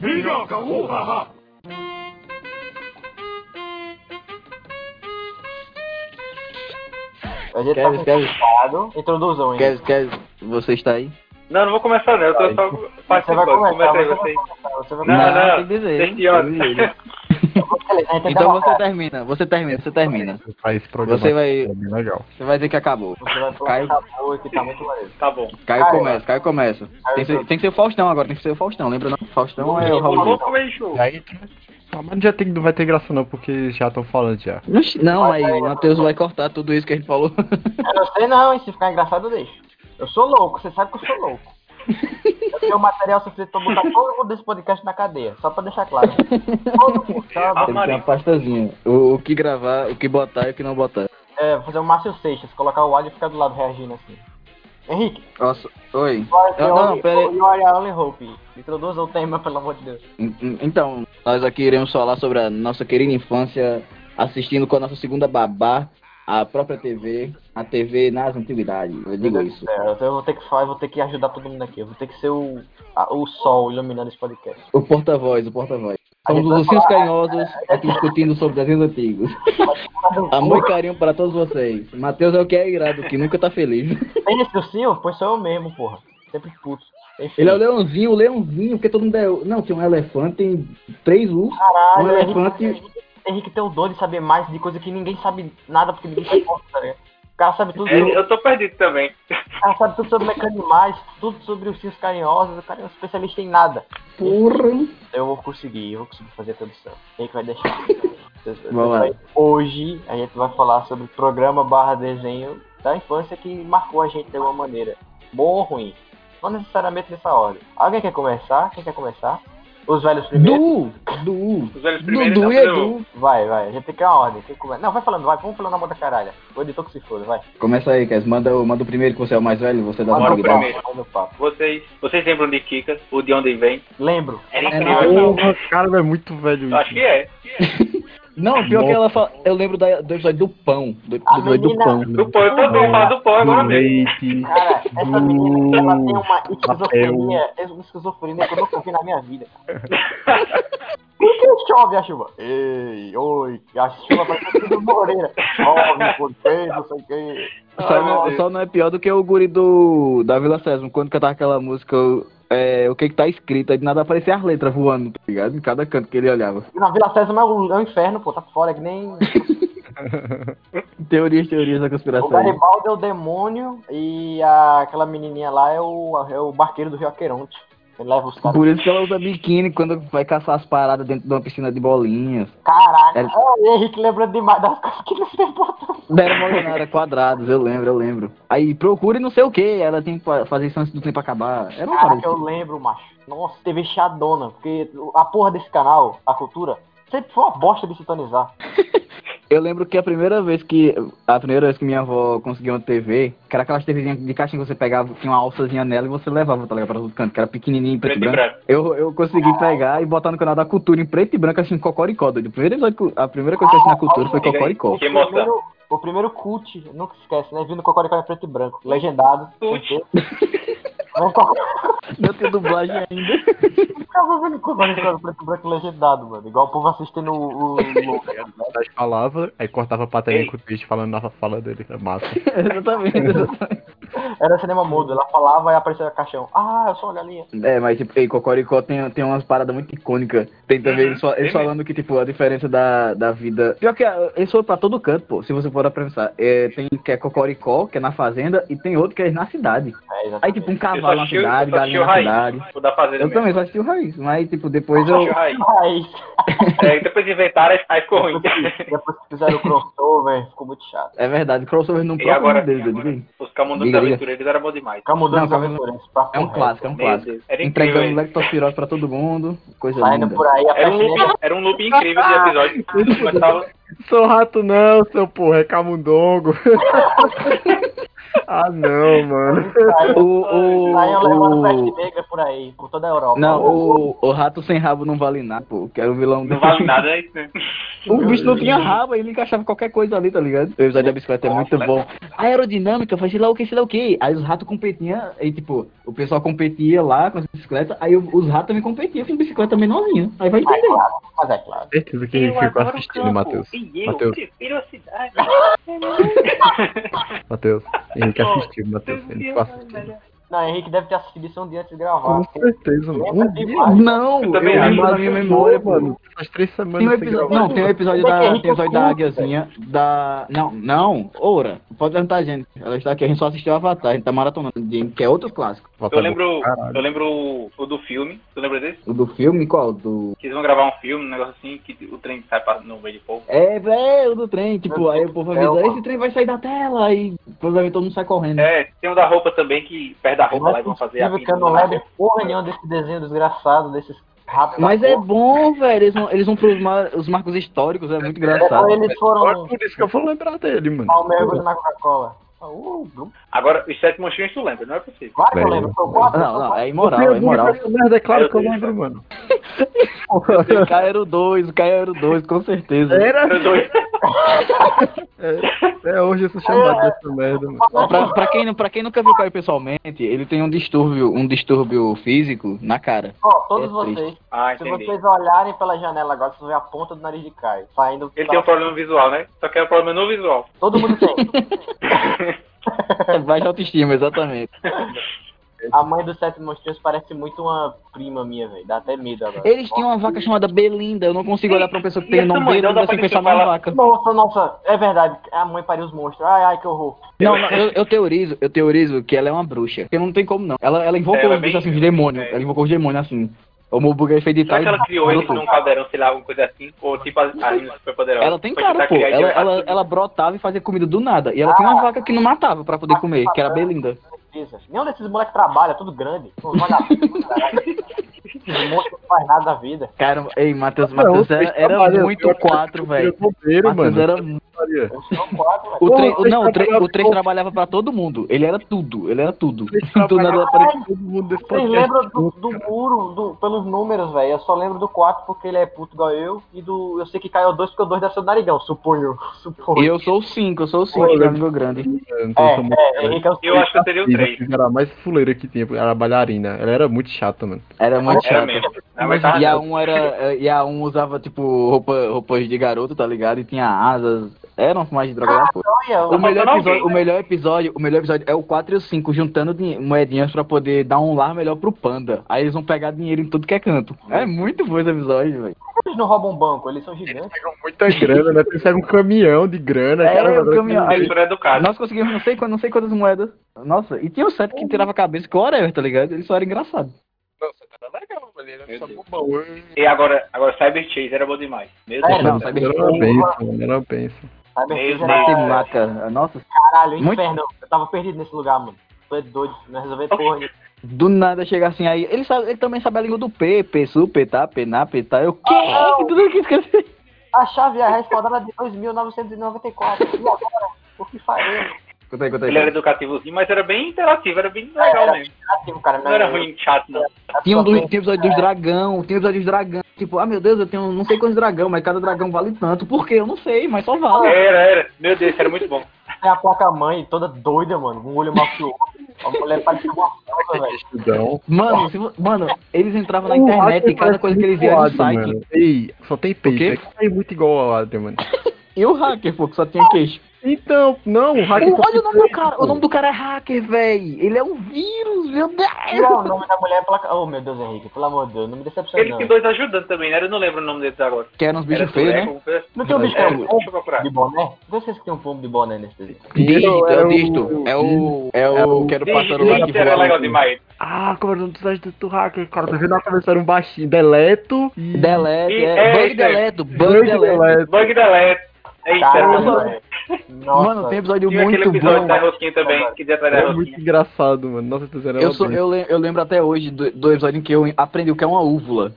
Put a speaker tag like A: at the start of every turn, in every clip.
A: Piroca, uhaha!
B: A gente
C: Kevin,
B: tá
C: Kevin.
B: complicado. Introduzam aí.
C: Kevin, Kevin, você está aí?
D: Não, não vou começar não, eu tô só
B: Você vai
D: participando.
B: começar,
D: Começa aí
B: você vai
D: você.
B: começar, você vai
D: Não,
B: começar.
D: não,
C: tem que dizer.
D: tem que ordem.
C: tem que dizer.
B: Então,
C: Então você termina, você termina, você termina.
E: Pra esse programa.
C: Você vai-
E: É bem legal.
C: Você vai dizer que acabou.
B: Você vai
C: Caio-
B: pular um aqui, tá muito maneiro.
D: Tá bom.
C: Caio
B: Ah, é.
C: começa, Caio começa. Tem que, ser, tem que ser o Faustão agora, tem que ser o Faustão, lembra não? Faustão é o Raul.
D: Louco, bicho.
E: E aí, ah, mas já tem, não vai ter graça não, porque já estão falando já.
C: Oxi, Não, aí o Matheus vai cortar tudo isso que a gente falou.
B: Eu não sei não, hein? Se ficar engraçado, eu deixo. Eu sou louco, você sabe que eu sou louco. Eu tenho material suficiente pra botar todo mundo desse podcast na cadeia, só pra deixar claro. Todo mundo, sabe?
C: Tem que ter uma pastazinha. O, o que gravar, o que botar e o que não botar.
B: É, fazer o Márcio Seixas, colocar o áudio e ficar do lado reagindo assim. Henrique,
C: Nossa, oi.
B: you are the
C: Não, não,
B: only-
C: pera aí.
B: you are the only hope. Introduza o tema, pelo amor de Deus.
C: En- en- Então, nós aqui iremos falar sobre a nossa querida infância, assistindo com a nossa segunda babá, a própria TV, a TV nas antiguidades. Eu digo isso.
B: É, eu vou ter que falar, eu vou ter que ajudar todo mundo aqui. Eu vou ter que ser o, a- o sol iluminando esse podcast.
C: O porta-voz, o porta-voz.
B: A gente
C: Somos os
B: vai
C: ursinhos
B: falar-
C: carinhosos aqui discutindo sobre desenhos antigos. Amor e carinho para todos vocês. Matheus é o que é irado, que nunca tá feliz.
B: Tem esse ursinho? Pois sou eu mesmo, porra. Sempre puto. Enfim.
C: Ele é o leãozinho, o leãozinho, porque todo mundo é. Não, tem um elefante, tem três ursos,
B: Caralho,
C: um elefante.
B: Henrique, Henrique tem o dom de saber mais de coisa que ninguém sabe nada, porque ninguém sabe nada, tá ligado? O cara sabe tudo,
D: É,
B: sobre-
D: Eu tô perdido também.
B: o cara sabe tudo sobre mecanimais, tudo sobre os cintos carinhosos, o cara é um especialista em nada.
C: Porra.
B: Eu vou conseguir, eu vou conseguir fazer a tradução. Henrique vai deixar.
C: Vamos lá.
B: Hoje a gente vai falar sobre programa barra desenho da infância que marcou a gente de alguma maneira. Bom ou ruim. Não necessariamente nessa ordem. Alguém quer começar? Quem quer começar? Os velhos primeiro?
C: Du! Du! é
D: Os velhos primeiros.
C: Dudu e
D: tá, eu-
C: Edu.
B: Vai, vai, a gente tem que ter uma ordem. Quem começa? Não, vai falando, vai, vamos falando na mão da caralha. O editor que se foda, vai.
C: Começa aí, Kes. Manda, o- manda o primeiro que você é o mais velho, você é da
D: Bora
B: Manda o
D: o
C: antiguidade.
D: primeiro.
B: papo, manda o papo.
D: Vocês, vocês lembram de Kika? O de onde vem?
B: Lembro.
D: Era
C: É,
D: incrível.
C: não.
D: não.
E: Porra, cara, é muito velho
D: Eu Acho que
E: isso.
D: é.
C: Não, pior que ela fala. Eu lembro da, do episódio do pão. Do, do
B: A
C: episódio do
B: Ah, menina-
C: pão.
D: Do pó, eu tô bem, falar do pó agora
E: Do
D: mesmo.
E: leite.
B: Cara, essa menina, ela tem uma esquizofrenia, uma esquizofrenia que eu nunca vi na minha vida. Por que chove a chuva? Ei, oi, a chuva parece tudo moreira. Chove, por quê, não sei o quê.
C: Só, não, só não é pior do que o guri do, da Vila Sésamo, quando cantava aquela música, o- é, o que que tá escrito, aí de nada aparecia as letras voando, tá ligado? Em cada canto que ele olhava.
B: Na Vila Sésamo é o, é o inferno, pô, tá fora, é que nem...
C: Teorias, teorias da
B: O
C: conspiração.
B: Garibaldi é o demônio e a- aquela menininha lá é o, é o barqueiro do Rio Aqueronte. Ele leva os caras.
C: Por isso que ela usa biquíni quando vai caçar as paradas dentro de uma piscina de bolinhas.
B: Caralho,
C: Era-
B: é o Henrique lembrando demais das coisas que não tem importância.
C: Deram uma olhada quadrados, eu lembro, eu lembro. Aí procure não sei o que, ela tem que fa- fazer isso antes do tempo acabar. Era uma parada.
B: Caraca, eu lembro, macho. Nossa, TV Chadona, porque a porra desse canal, a cultura, sempre foi uma bosta de sintonizar.
C: Eu lembro que a primeira vez que. A primeira vez que minha avó conseguiu uma TV, que era aquelas TVzinhas de caixinha que você pegava, tinha uma alçazinha nela e você levava, tá ligado? Pra todo canto, que era pequenininho, preto,
D: Preto e
C: e branco.
D: branco.
C: Eu, eu consegui pegar e botar no canal da cultura em preto e branco, assim, cocoricó. doido. O primeiro episódio, que eu- a primeira coisa que eu assisti na cultura foi cocoricó.
D: Que emoção.
B: primeiro, o primeiro cult, nunca esquece, né? Vindo Cocoricó é preto e branco, legendado.
D: Cult.
B: entendeu? Mas é Cocoricó-
C: Não tem dublagem ainda.
B: Eu ficava vendo Cocoricó é preto e branco legendado, mano. Igual o povo assistindo o... o- o-
E: Aí falava, aí cortava a plateia
D: Ei.
E: com o bicho falando na fala dele. É massa.
C: exatamente, exatamente.
B: Era cinema mudo, ela falava e aparecia o caixão. Ah, eu sou uma galinha.
C: É, mas tipo, ei, Cocoricó tem, tem umas paradas muito icônicas. Tem também eles, fa- eles
D: Uhum, tem mesmo.
C: falando que, tipo, a diferença da, da vida. Pior que ah, eles foram pra todo canto, pô, se você for pensar. É, tem que é Cocoricó, que é na fazenda, e tem outro que é na cidade.
B: É,
C: Aí,
B: exatamente.
C: tipo, um
D: Eu só
C: cavalo na
D: assisti- eu
C: cidade,
D: só assisti
C: galinha
D: o
C: na
D: Raiz.
C: cidade.
D: Vou dar fazer
C: Eu também só assisti o Raiz, mas, tipo, depois eu.
B: Mas,
D: É, depois inventaram, aí ficou ruim.
B: depois que fizeram o crossover, ficou muito chato.
C: É verdade, crossover não
D: E agora?
C: próprio deles, eu digo. aí.
D: Os Camundongos
C: Diga,
D: da
C: diga.
D: Aventura, eles eram bons demais.
B: Ficar mudando
C: Não,
B: os
C: como-
B: aventureiros pra
C: É um
B: correr.
C: clássico, é um
D: Meu
C: clássico.
D: Deus, Era incrível.
C: Entregando
D: esse.
C: lectospirose pra todo mundo, coisa
B: Saindo
C: linda.
B: por aí, a
D: Era um,
B: pecinha
D: loop, era um loop incrível de episódio. Começava-
E: Sou rato não, seu porra, é camundongo. ah não, mano.
C: O, o,
B: Saiam levando
C: o,
B: peste negra por aí, por toda a Europa.
C: Não, o, o rato sem rabo não vale nada, pô, que era o vilão
D: Não
C: dele.
D: vale nada, é isso, né?
C: O bicho não tinha rabo, ele encaixava qualquer coisa ali, tá ligado? O episódio da bicicleta é muito bom. A aerodinâmica, faz sei lá o que, sei lá o que. Aí os ratos competiam e, tipo, O pessoal competia lá com as bicicletas, aí o- os ratos também competiam com bicicleta menorzinha. Aí vai entender.
B: Mas é claro.
E: Certeza que ele ficou assistindo, Matheus.
D: E eu
E: Matheus,
D: prefiro a cidade. É
E: Matheus. Henrique
D: Ó,
E: assistiu, Matheus. Ele ficou assistindo.
B: Não, Henrique deve ter assistido isso um dia antes de gravar.
E: Com certeza, mano. Um dia-
B: demais.
C: Não,
D: Eu
E: Eu
D: também acho.
E: lembro da minha memória, mano. Faz três
C: Tem um
E: semanas sem
C: episódio,
E: gravar.
C: não, tem um episódio
B: Como é que a
C: da,
B: gente
C: tem um episódio da
B: oculta?
C: águiazinha, da... Não, não, ora, pode perguntar a gente. Ela está aqui, a gente só assistiu Avatar, a gente tá maratonando, que é outro clássico.
E: Volta
D: Eu
E: a
D: lembro,
E: Caralho.
D: eu lembro o, o do filme. Tu lembra desse?
C: O do filme, qual? Do...
D: Que eles vão gravar um filme, um negócio assim, que o trem sai pra- no meio de povo.
C: É, é, o do trem, tipo, aí o povo
B: É,
C: avisa,
B: mano.
C: esse trem vai sair da tela, aí provavelmente todo mundo sai correndo.
D: É, tem o da roupa também, que perde a roupa lá e vão fazer a
B: que eu não lembro porra nenhuma desse desenho desgraçado, desses ratos.
C: Mas
B: da
C: é
B: porra.
C: bom, velho, eles vão, eles vão pros mar- os marcos históricos, é muito
B: Ou
C: engraçado.
B: eles
E: Agora
B: foram
E: por isso que eu vou lembrar dele, mano.
B: ao mergulho na Coca-Cola. Uh,
D: Agora, os sete mochinhos tu lembra, não é possível.
B: claro que eu
E: Velho.
B: lembro, são quatro.
C: Não, não, é imoral,
E: Meu
C: é
E: Deus,
C: imoral.
E: essa merda, é claro que eu
D: Meu Deus.
E: lembro, mano.
C: O cara era o 2, o cara era o 2, com certeza.
E: Era?
D: Eu dou-
E: É, até hoje eu sou chamado dessa merda, mano.
C: Ó, Pra, pra quem, não- pra quem nunca viu o Caio pessoalmente, ele tem um distúrbio, um distúrbio físico na cara.
B: Ó, todos
C: É
B: vocês,
D: Ah,
B: se
D: entendi.
B: vocês olharem pela janela agora, vocês vão ver a ponta do nariz de Caio saindo.
D: Ele tem um problema visual, né? Só que é um problema no visual.
B: Todo mundo tem.
C: Baixa autoestima, exatamente.
B: a mãe dos sete monstrinhos parece muito uma prima minha, velho. Dá até medo agora.
C: Eles tinham uma vaca chamada Belinda, eu não consigo olhar pra uma pessoa que
D: E
C: tem
D: essa
C: nome
D: mãe, não dá
C: Belinda
D: pra
C: sem pensar
D: identificar
C: numa
D: ela.
C: vaca.
B: Nossa, nossa, é verdade. A mãe pariu os monstros. Ai, ai, que horror.
C: Não, não, eu, eu teorizo, eu teorizo que ela é uma bruxa. Porque não tem como não. Ela, ela invocou
D: Ela é
C: os bichos
D: bem-
C: assim, os demônios.
D: é.
C: Ela invocou os demônios assim. O Mobugai fez de
D: Será
C: tal
D: que
C: e
D: ela criou ele
C: brotou.
D: num caldeirão, sei lá, alguma coisa assim? Ou tipo as meninas super poderosas?
C: Ela tem cara, pô.
D: um
C: Ela, ela, ela brotava e fazia comida do nada. E ela
D: Ah.
C: tinha uma vaca que não matava pra poder comer, que era a Belinda.
B: Beleza. Nenhum desses moleques trabalha, tudo grande. Pô, vagabundo, caralho. Esse monstro não faz nada da vida.
C: Cara, ei, Matheus,
E: Não,
C: Matheus
E: vocês
C: era, era
E: trabalham,
C: muito
E: eu-
C: quatro, velho.
E: Eu sou bombeiro,
C: Matheus
E: mano.
C: era
E: Maria.
B: Eles são um quatro, velho.
C: O
E: Porra,
C: três,
E: vocês
C: não, o três,
E: trabalhavam
C: o três
E: com-
C: trabalhava pra todo mundo. Ele era tudo, ele era tudo.
E: Vocês
C: Do nada
E: trabalhavam-
C: apareceu.
E: Todo mundo desse
B: Vocês
E: podcast.
B: lembram do, do muro, do- pelos números, velho? Eu só lembro do 4 porque ele é puto igual eu. E do. Eu sei que caiu 2 porque o 2 deve ser do narigão, suponho.
C: E
B: Suponho.
C: eu sou o cinco, eu sou o cinco,
E: Olha.
C: meu amigo grande.
E: Então, eu sou muito-
B: É, é, Henrique é o
D: Eu acho que eu teria o
E: Ela
D: 3.
E: era a mais fuleira que tinha, porque era a bailarina. Ela era muito chata, mano.
C: Era muito
D: Era
C: chato.
D: mesmo.
B: Ah,
D: Não, mas tava-
C: E a um era. E a um usava, tipo, roupa, roupas de garoto, tá ligado? E tinha asas. Era uma fumagem de droga
B: Ah,
C: da porra.
B: Olha,
C: O
B: o
C: melhor,
D: faltando alguém,
C: episódio, o,
B: é?
D: né?
C: melhor episódio, o melhor episódio é o 4 e o 5, juntando dinhe- moedinhas pra poder dar um lar melhor pro panda. Aí eles vão pegar dinheiro em tudo que é canto.
B: Uhum.
C: É muito bom esse episódio, velho.
B: eles não roubam banco, eles são gigantes.
E: Pegou muita grana, né? Pensaram um caminhão de grana.
C: É,
E: cara,
C: um caminhão.
D: Ele era educado.
C: Nós conseguimos não sei, quan- não sei quantas moedas. Nossa, e tinha o sete que tirava a cabeça, que o whatever, tá ligado? Ele só era engraçado.
E: Nossa, era Tá legal, mano. Ele era
D: Meu
E: só
D: Deus.
E: bobão.
D: E agora, agora Cyber Chase era bom demais. Meu
B: É,
D: Deus.
C: não,
E: Era
C: sabe?
E: uma benção, mano, era uma benção.
B: Sabe?
D: Meu
B: Eles
D: Deus.
B: eram-
C: Matemática, nossa,
B: Caralho,
C: Muito-
B: inferno. Eu tava perdido nesse lugar, mano. Tu é doido, não resolver porra nenhuma.
C: do nada chega assim aí. Ele, sabe, ele também sabe a língua do P, P, su, P, tá, P, na, P, tá. Eu, que?
B: Ah, não.
C: Tudo isso que esqueci.
B: A chave é respaldada de 2.994. E agora? O que faremos?
C: Conta aí, conta aí.
D: Ele era educativozinho, mas era bem interativo, era bem legal mesmo.
B: Assim, cara,
D: Não era ruim chato, não.
C: Tinha um dos tinha episódio dos dragão, tinha um episódio dos dragão. Tipo, ah, meu Deus, eu tenho não sei quantos dragão, mas cada dragão vale tanto. Por quê? Eu não sei, mas só vale.
D: Era, era. Meu Deus, era muito bom.
B: Tem a placa-mãe toda doida, mano. Com um olho mafioso. A mulher parecia uma foda, velho.
E: Estudão.
C: Mano, se vo- mano, eles entravam na internet e cada coisa que eles viam era um site.
E: Mano. Ei, só tem peixe.
C: quê?
E: É que é muito igual ao Adrian, mano.
C: E o hacker, pô, que só tinha queixo.
E: Então, não, o hacker.
C: Ô,
E: só
D: é
C: olha o
E: tem
C: nome do
E: peixe,
C: cara.
E: pô.
C: O nome do cara é hacker, véi. Ele é um vírus, meu
B: E o
C: Deus.
B: nome da mulher é placa... Oh, meu Deus, Henrique. Pelo amor de Deus, não me decepciona,
D: Ele
B: não.
D: tem dois ajudantes também, né? Eu não lembro o nome deles agora.
C: Que eram uns
D: Era
C: bichos feios, né?
D: alguma coisa assim.
B: Não tem um bicho que
D: É,
B: é um
D: deixa eu
B: pombo
D: procurar.
B: de boné? Não sei se tem um pombo de boné nesse desenho.
C: Dígito, é
E: Era
C: o dígito. É o. É
E: era
C: o.
E: o-
C: Que era o pássaro lá que
D: Digit era
C: voava.
D: legal demais.
E: Ah, como era o nome do site do hacker, cara? Tá vendo na cabeça era um baixinho. Deleto e.
C: Delete,
D: E-
C: é.
D: é,
C: Bug
D: isso aí.
C: deleto, bug
E: Bug
C: deleto.
E: Deleto.
D: Bug Delete. É isso, era
B: Caralho,
D: muito bom.
B: velho. Nossa.
C: Mano, tem episódio
D: Tinha aquele
C: muito
D: episódio da
C: bom. É
D: Rosquinha também, que dizia atrás da
E: Era É muito
D: Rosquinha.
E: engraçado, mano. Nossa, vocês eram
C: Eu,
E: uma
C: sou,
E: benção.
C: eu, lem- eu lembro até hoje do, do episódio em que eu aprendi o que é uma úvula.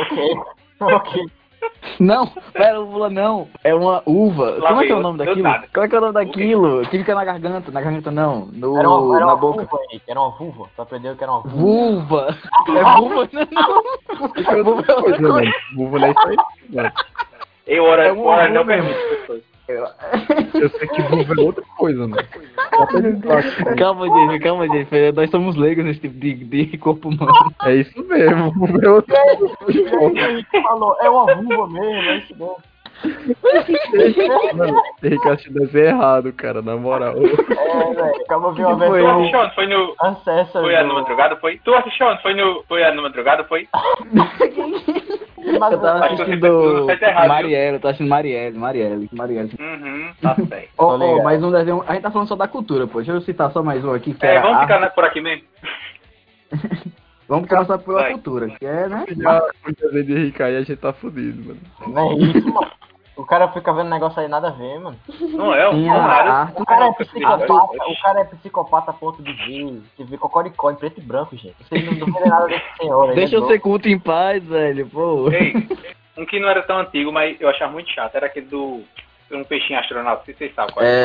B: Ok. Ok.
C: Não, pera, úvula não. É uma uva.
D: Lá
C: Como é
D: vem
C: que é o
D: eu,
C: nome
D: do
C: daquilo?
D: nada.
C: Como é que é o nome daquilo? Que fica na garganta. Na garganta não. No,
B: Era uma, era
C: na
B: uma
C: boca.
B: vulva, Henrique. Era uma vulva. Tu aprendeu que era uma vulva.
C: Vulva. É vulva? Não, não. Vulva é outra
E: Coisa,
C: coisa.
E: mano. Vulva não é isso aí. mano.
D: Eu ora,
C: É um
D: ora não
C: horror mesmo.
D: permite essas coisas.
E: Eu sei que Vulva é outra coisa, né?
C: Calma, Jason, calma, Jason. Nós somos leigos nesse tipo de, de corpo humano.
E: É isso mesmo, Vulva é outra coisa.
B: Falou, é uma vulva mesmo, é isso mesmo.
E: Mano, Henrique, eu acho o desenho errado, cara, na moral.
B: É, velho. Acabou vendo uma
D: Tu
B: versão
C: um
D: assistiu onde? Foi no.
B: ancestor.
D: Foi a na madrugada? Foi? Tu assistiu onde? Foi no. Foi a na madrugada? Foi?
B: Tá
C: Eu tava
D: Acho que você
C: assistindo
D: tá errado, viu?
C: Marielle, eu tô assistindo Marielle, Marielle, Marielle.
D: Uhum, tá certo.
C: Ó,
B: Tô ligado.
C: ó, mais um desenho. A gente tá falando só da cultura, pô. Deixa eu citar só mais um aqui, que
D: É,
C: era
D: vamos
C: arte.
D: ficar na- por aqui mesmo.
C: Vamos começar pela
D: Vai.
C: cultura, que é, né?
E: Já, o desenho de Henrique aí a gente tá fudido, mano.
B: Não é isso, mano. O cara fica vendo negócio aí nada a ver, mano.
D: Não é um
C: Tinha
D: cara.
C: a arte.
B: O cara é
D: Arthur.
B: psicopata, o cara é psicopata a ponto de ver, de ver cocoricó em preto e branco, gente. Vocês não duvidam nada desse senhor aí.
C: Deixa
B: né,
C: eu ser culto em paz, velho, pô.
D: Ei, um que não era tão antigo, mas eu achava muito chato. Era aquele do. Um peixinho astronauta, se vocês sabem qual
C: É,
D: é.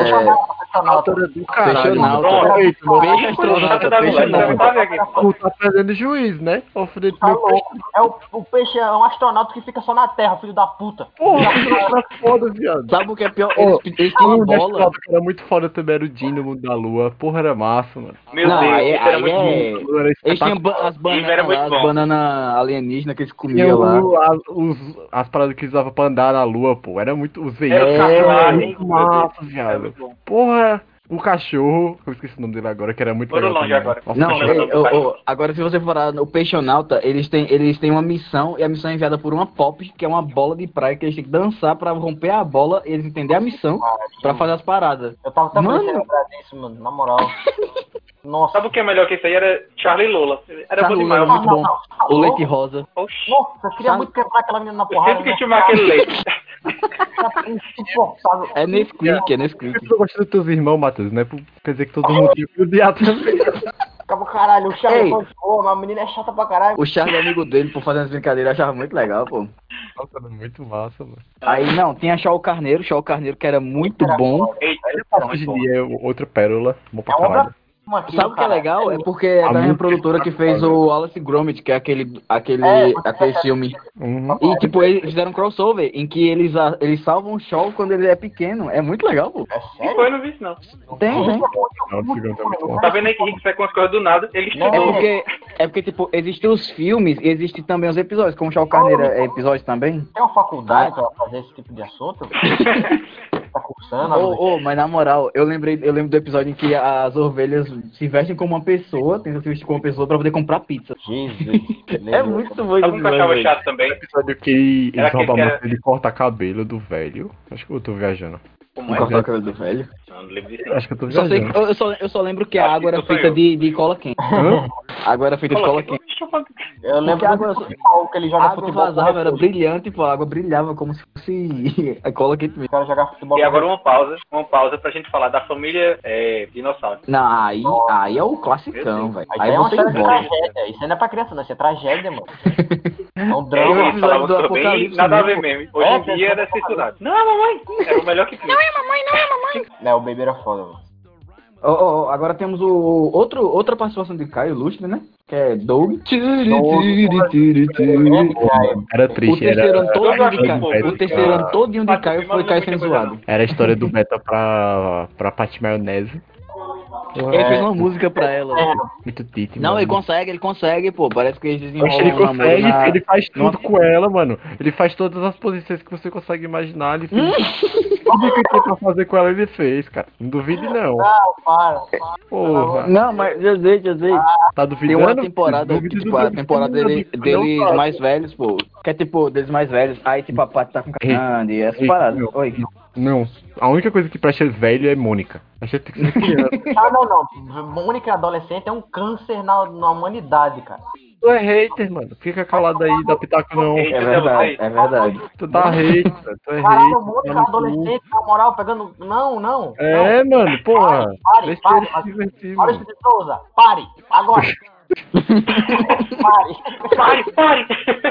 B: astronauta.
E: do
C: Peixonauta.
D: Pronto.
C: Peixe astronauta,
D: Tá
C: peixe
D: bom, tá
C: astronauta.
D: bom, tá bom aqui.
E: Tu tá fazendo juiz, né? Oferecendo
B: Tá
E: meu peixe.
B: louco. É o, o peixe é um astronauta que fica só na terra, filho da puta.
E: Porra, que cara foda, viado.
C: Sabe o que é pior?
E: Ô,
C: Eles, eles têm uma bola.
E: Que era muito foda também, era o Dino Mundo da Lua. Porra, era massa, mano.
D: Meu
C: não,
D: Deus,
C: aí,
D: isso era
C: aí
D: muito
C: é.
D: bom.
E: Era
C: Eles tinham
E: espetacular.
C: ba- as
D: Isso era
C: bananas
D: muito
C: lá, as
D: bom.
C: bananas alienígenas que eles
E: Tinha
C: comiam lá.
E: o- a- os- as paradas que usava pra andar na lua, pô. Era muito. Os veículos.
D: Era o
E: era
D: cavalo, hein?
E: muito massa,
D: Era
E: viado.
D: muito bom.
E: Porra, o cachorro. Eu esqueci o nome dele agora, que era muito
D: Foram
E: legal.
D: longe
E: também.
D: agora.
E: Nossa,
C: Não,
E: o
D: Peixe
C: ei,
D: Nauta.
C: ô, ô, agora se você for lá no Peixonauta, eles têm, eles têm uma missão, e a missão é enviada por uma pop, que é uma bola de praia, que eles têm que dançar pra romper a bola, eles entender a missão pra fazer as paradas.
B: Eu tava até
C: Mano.
B: pensando em lembrar disso, mano, na moral. Nossa.
D: Sabe o que é melhor que isso aí? Era Charlie Lola. Era bom
C: Charlie
D: demais.
C: Lola. muito bom.
B: tá
C: O leite
B: louco?
C: rosa.
D: Oxi.
B: Nossa, eu queria
C: Sabe-
B: muito quebrar aquela menina na
D: Eu
B: porrada.
D: sempre que tinha aquele leite.
B: Tá insuportável.
C: É Nesquik, é Nesquik.
E: Eu tô gostando dos teus irmãos, Matheus, né? Por- Quer dizer que todo mundo tem que odiar também.
B: Acabou, caralho, o
C: Ei.
B: Charlie foi de boa, mas a menina é chata pra caralho.
C: O Charlie é amigo dele, por fazer as brincadeiras, eu achava muito legal, pô.
E: Nossa, era muito massa, mano.
C: Aí não, tem a Shaw Carneiro, Shaw Carneiro que era muito bom.
D: Eita,
E: Ele
D: era
E: passa
D: muito
E: hoje em
D: bom.
E: dia é outra pérola. Bom pra
B: É uma
E: caralho.
B: Mano, aquilo,
C: Sabe o que é
B: cara,
C: legal? É porque é
E: A
C: da mesma
E: música
C: produtora que fez
E: espetacular.
C: o Wallace e Gromit, que é aquele, aquele,
B: É, você
C: aquele
B: já-
C: filme.
E: Uhum.
C: E tipo, eles fizeram um crossover em que eles, a- eles salvam o Shaw quando ele é pequeno. É muito legal, pô.
B: É
D: E
B: sério?
D: foi, eu não vi isso não.
C: Tem, tem.
E: Não, o segundo é muito bom.
D: Tá vendo aí que Rick sai com as coisas do nada? Ele
B: Não.
C: É
D: estudou.
C: porque, é porque tipo, existem os filmes e existem também os episódios, como o Shaw Carneiro é episódio também.
B: Tem uma faculdade pra fazer esse tipo de assunto? tá cursando?
C: Ô, ô, mas na moral, eu lembrei, eu lembro do episódio em que as ovelhas se vestem como uma pessoa, tentam se vestir como uma pessoa pra poder comprar pizza.
B: Jesus.
C: É muito doido.
D: Sabe um que eu
C: esse
D: achava
C: episódio,
D: chato também?
E: episódio que
D: Era
E: eles roubam
D: aquele que
E: muito, ele corta cabelo do velho. Acho que eu tô viajando.
D: Como
C: velho.
D: é?
C: Cortar o cabelo do velho.
D: Não, não lembro disso não.
E: Acho que eu tô
C: Só sei
E: viajando.
C: que- eu, só, eu só lembro que a
D: Acho
C: água
D: que
C: era
D: isso sou
C: feita
D: eu.
C: de, de cola quente.
E: Hã?
C: A água era feita de cola
D: Coloquei-
C: quente.
D: Deixa eu falar-
B: Eu lembro
C: Porque a
B: do
C: água-
B: futebol que ele
C: A
B: joga
C: água
B: futebol. com
C: vazava, era
B: o
C: brilhante, pô. A água brilhava como se fosse a cola quente mesmo.
B: cara joga futebol.
D: E
B: com
D: agora
B: o
D: uma pausa, uma pausa pra gente falar da família é, dinossauro.
C: Não, aí, aí é o classicão, velho.
B: Aí,
C: Aí
B: é uma
C: você
B: série de
C: envolve.
B: tragédia. Isso aí não é pra criança, não. Isso é tragédia, mano. É um
D: É,
B: drama.
D: eles falavam
C: do
D: sobre
C: Apocalipse
D: nada a ver
C: mesmo.
D: mesmo. Hoje
B: É,
D: em dia era censurado. né? Não, mamãe! Era o melhor que tinha.
B: É, o Baby era foda, mano.
C: Ó, ó, ó, agora temos o outro, outra participação de Caio Lustre, né? Que é Doug.
E: Era
C: O
E: triste,
C: terceiro ano
E: era,
C: todinho de
E: era-
C: Caio.
E: era-
C: O terceiro ano todinho de Caio foi Caio sendo zoado.
E: era a história do Beta pra, pra Paty Maionese.
C: Ele fez uma música pra ela.
E: Muito tite,
C: É. Não,
E: mano.
C: ele consegue, ele consegue, pô. Parece que eles
E: Oxe,
C: desenrolam
E: ele
C: um namoro
E: consegue,
C: na...
E: ele faz tudo
C: numa-
E: com ela, mano. Ele faz todas as posições que você consegue imaginar. Ele fez...
C: Hum.
E: Tudo que ele tentou fazer com ela, ele fez, cara. Não duvide, não.
B: Ah, para.
E: Porra.
C: Não, mas eu sei, eu sei.
E: Tá
C: Ah, Tem
E: duvidando?
C: uma temporada,
E: Duvide
C: que,
E: do
C: tipo, a
E: Brasil,
C: temporada
E: meu
C: dele,
E: amigo,
C: deles
E: não faz.
C: mais velhos, pô. Que é tipo, deles mais velhos. Aí, tipo, a Paty tá com grande, e essas
E: Ei,
C: paradas.
E: meu.
C: Oi.
E: Não. A única coisa que presta velho é Mônica. A gente tem que ser criança.
B: Ah, não, não. Mônica adolescente é um câncer na, na humanidade, cara.
E: tu é hater, mano. Fica calado aí, dá pitaco não.
C: É verdade, é verdade.
E: Tu tá hater, mano. tu é
B: Caralho,
E: hater. tá
B: Mônica
E: no cu.
B: adolescente, na moral, pegando. Não, não.
E: É, mano, porra.
B: pare,
E: Deixa
B: pare,
E: ele se
B: pare.
E: divertir,
B: Maurício
E: mano.
B: de Souza, pare! Agora! pare!
D: Pare, pare!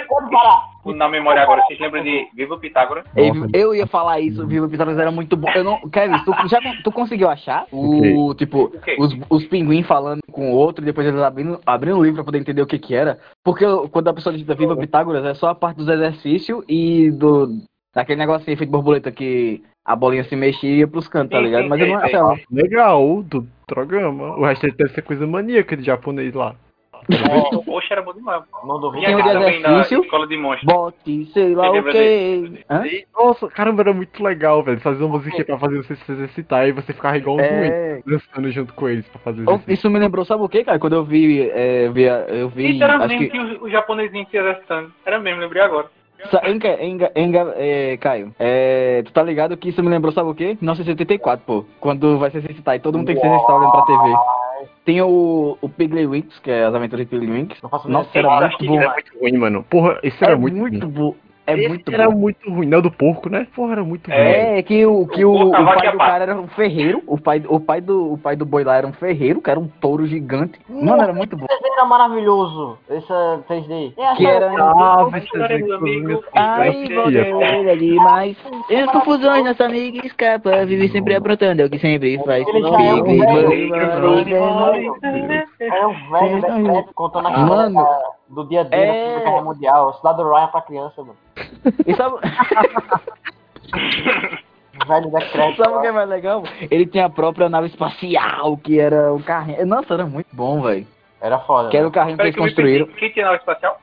B: Pode parar!
D: Na memória agora, vocês lembram de Viva Pitágoras?
C: Ei,
E: Nossa.
C: Eu ia falar isso, Viva Pitágoras era muito bom. Eu não, Kevin, tu, já, con- tu conseguiu achar o, tipo,
D: O quê?
C: os, os pinguins falando com o outro e depois eles abrindo, abrindo o livro pra poder entender o que que era? Porque eu- quando a pessoa digita Viva Pitágoras é só a parte dos exercícios e do daquele negocinho feito borboleta que a bolinha se mexia e ia pros cantos, tá
D: Sim,
C: ligado?
D: sim,
C: Mas eu não,
D: sei,
C: sei lá.
E: Legal, do Trogama. O resto deve ser coisa maníaca de japonês lá.
D: Ó, Poxa, era bom demais. pô.
B: Não
D: Tinha
B: duvido
C: Tem
D: aqui
C: de
B: nada.
D: também na
C: exercício?
D: escola de monstros.
C: Bote, sei lá o
D: Lembra
C: quê.
D: é-
C: Hã?
E: E, nossa, caramba, era muito legal, velho. Fazer uma musiquinha pra fazer você se exercitar e você ficava igual um doente,
C: É,
E: dançando junto com eles pra fazer
C: eu-
E: exercício.
C: isso me lembrou, sabe o que, cara? Quando eu vi, é, vi a- eu vi, acho
D: Sinceramente,
C: que,
D: o, o japonesinho se exercitando. Era mesmo, lembrei agora.
C: sa- enga, enga, enga, é, Caio, é, tu tá ligado que isso me lembrou, sabe o quê? 1974, pô, quando vai se exercitar e todo mundo tem que se exercitar olhando pra TV. Tem o, o Piggly que é as aventuras de Piggly
B: Não faço
C: Nossa,
B: ideia.
C: era
D: Cara,
C: muito
D: que
C: bom.
E: Era muito ruim, mano. Porra, esse era
C: é
E: muito, ruim.
C: bom. É
E: Esse
C: muito
E: era
C: bom.
E: muito ruim. Não, do porco, né? Porra, era muito ruim.
C: É, que o, que o,
D: O
C: o
D: cavalo que
C: pai do
D: abate.
C: cara era um ferreiro, o pai, o, pai do, o pai do boi lá era um ferreiro, que era um touro gigante. Mano, era muito bom.
B: Esse desenho era maravilhoso. Esse é 3D. É,
C: Que era-
E: Ah,
D: Mas
E: você
D: era
E: vê
D: meu
E: que coisa
D: amigo.
E: assim,
D: Ai,
E: cara.
D: você-
C: ele ali, mas... As confusões, né? nossa amiga escapa, vive sempre aprontando, é o que sempre faz.
B: Ele já é um
C: Vive,
B: velho,
C: vive,
D: tá um
B: velho,
C: vive.
D: é
B: Era um velho
C: Sim,
B: decreto contando a
C: Mano.
B: história da- do dia a dia
C: É.
B: da Segunda Guerra Mundial. Isso lá do Ryan pra criança, mano.
C: E sabe,
B: Velho decreto.
C: sabe o que é mais legal? Ele tinha a própria nave espacial, que era o carrinho... Nossa, era muito bom, velho.
B: Era foda. né?
C: Que era o carrinho que
D: Peraí
C: eles
D: que eu me
C: construíram.
D: perdi. Quem tinha nave espacial?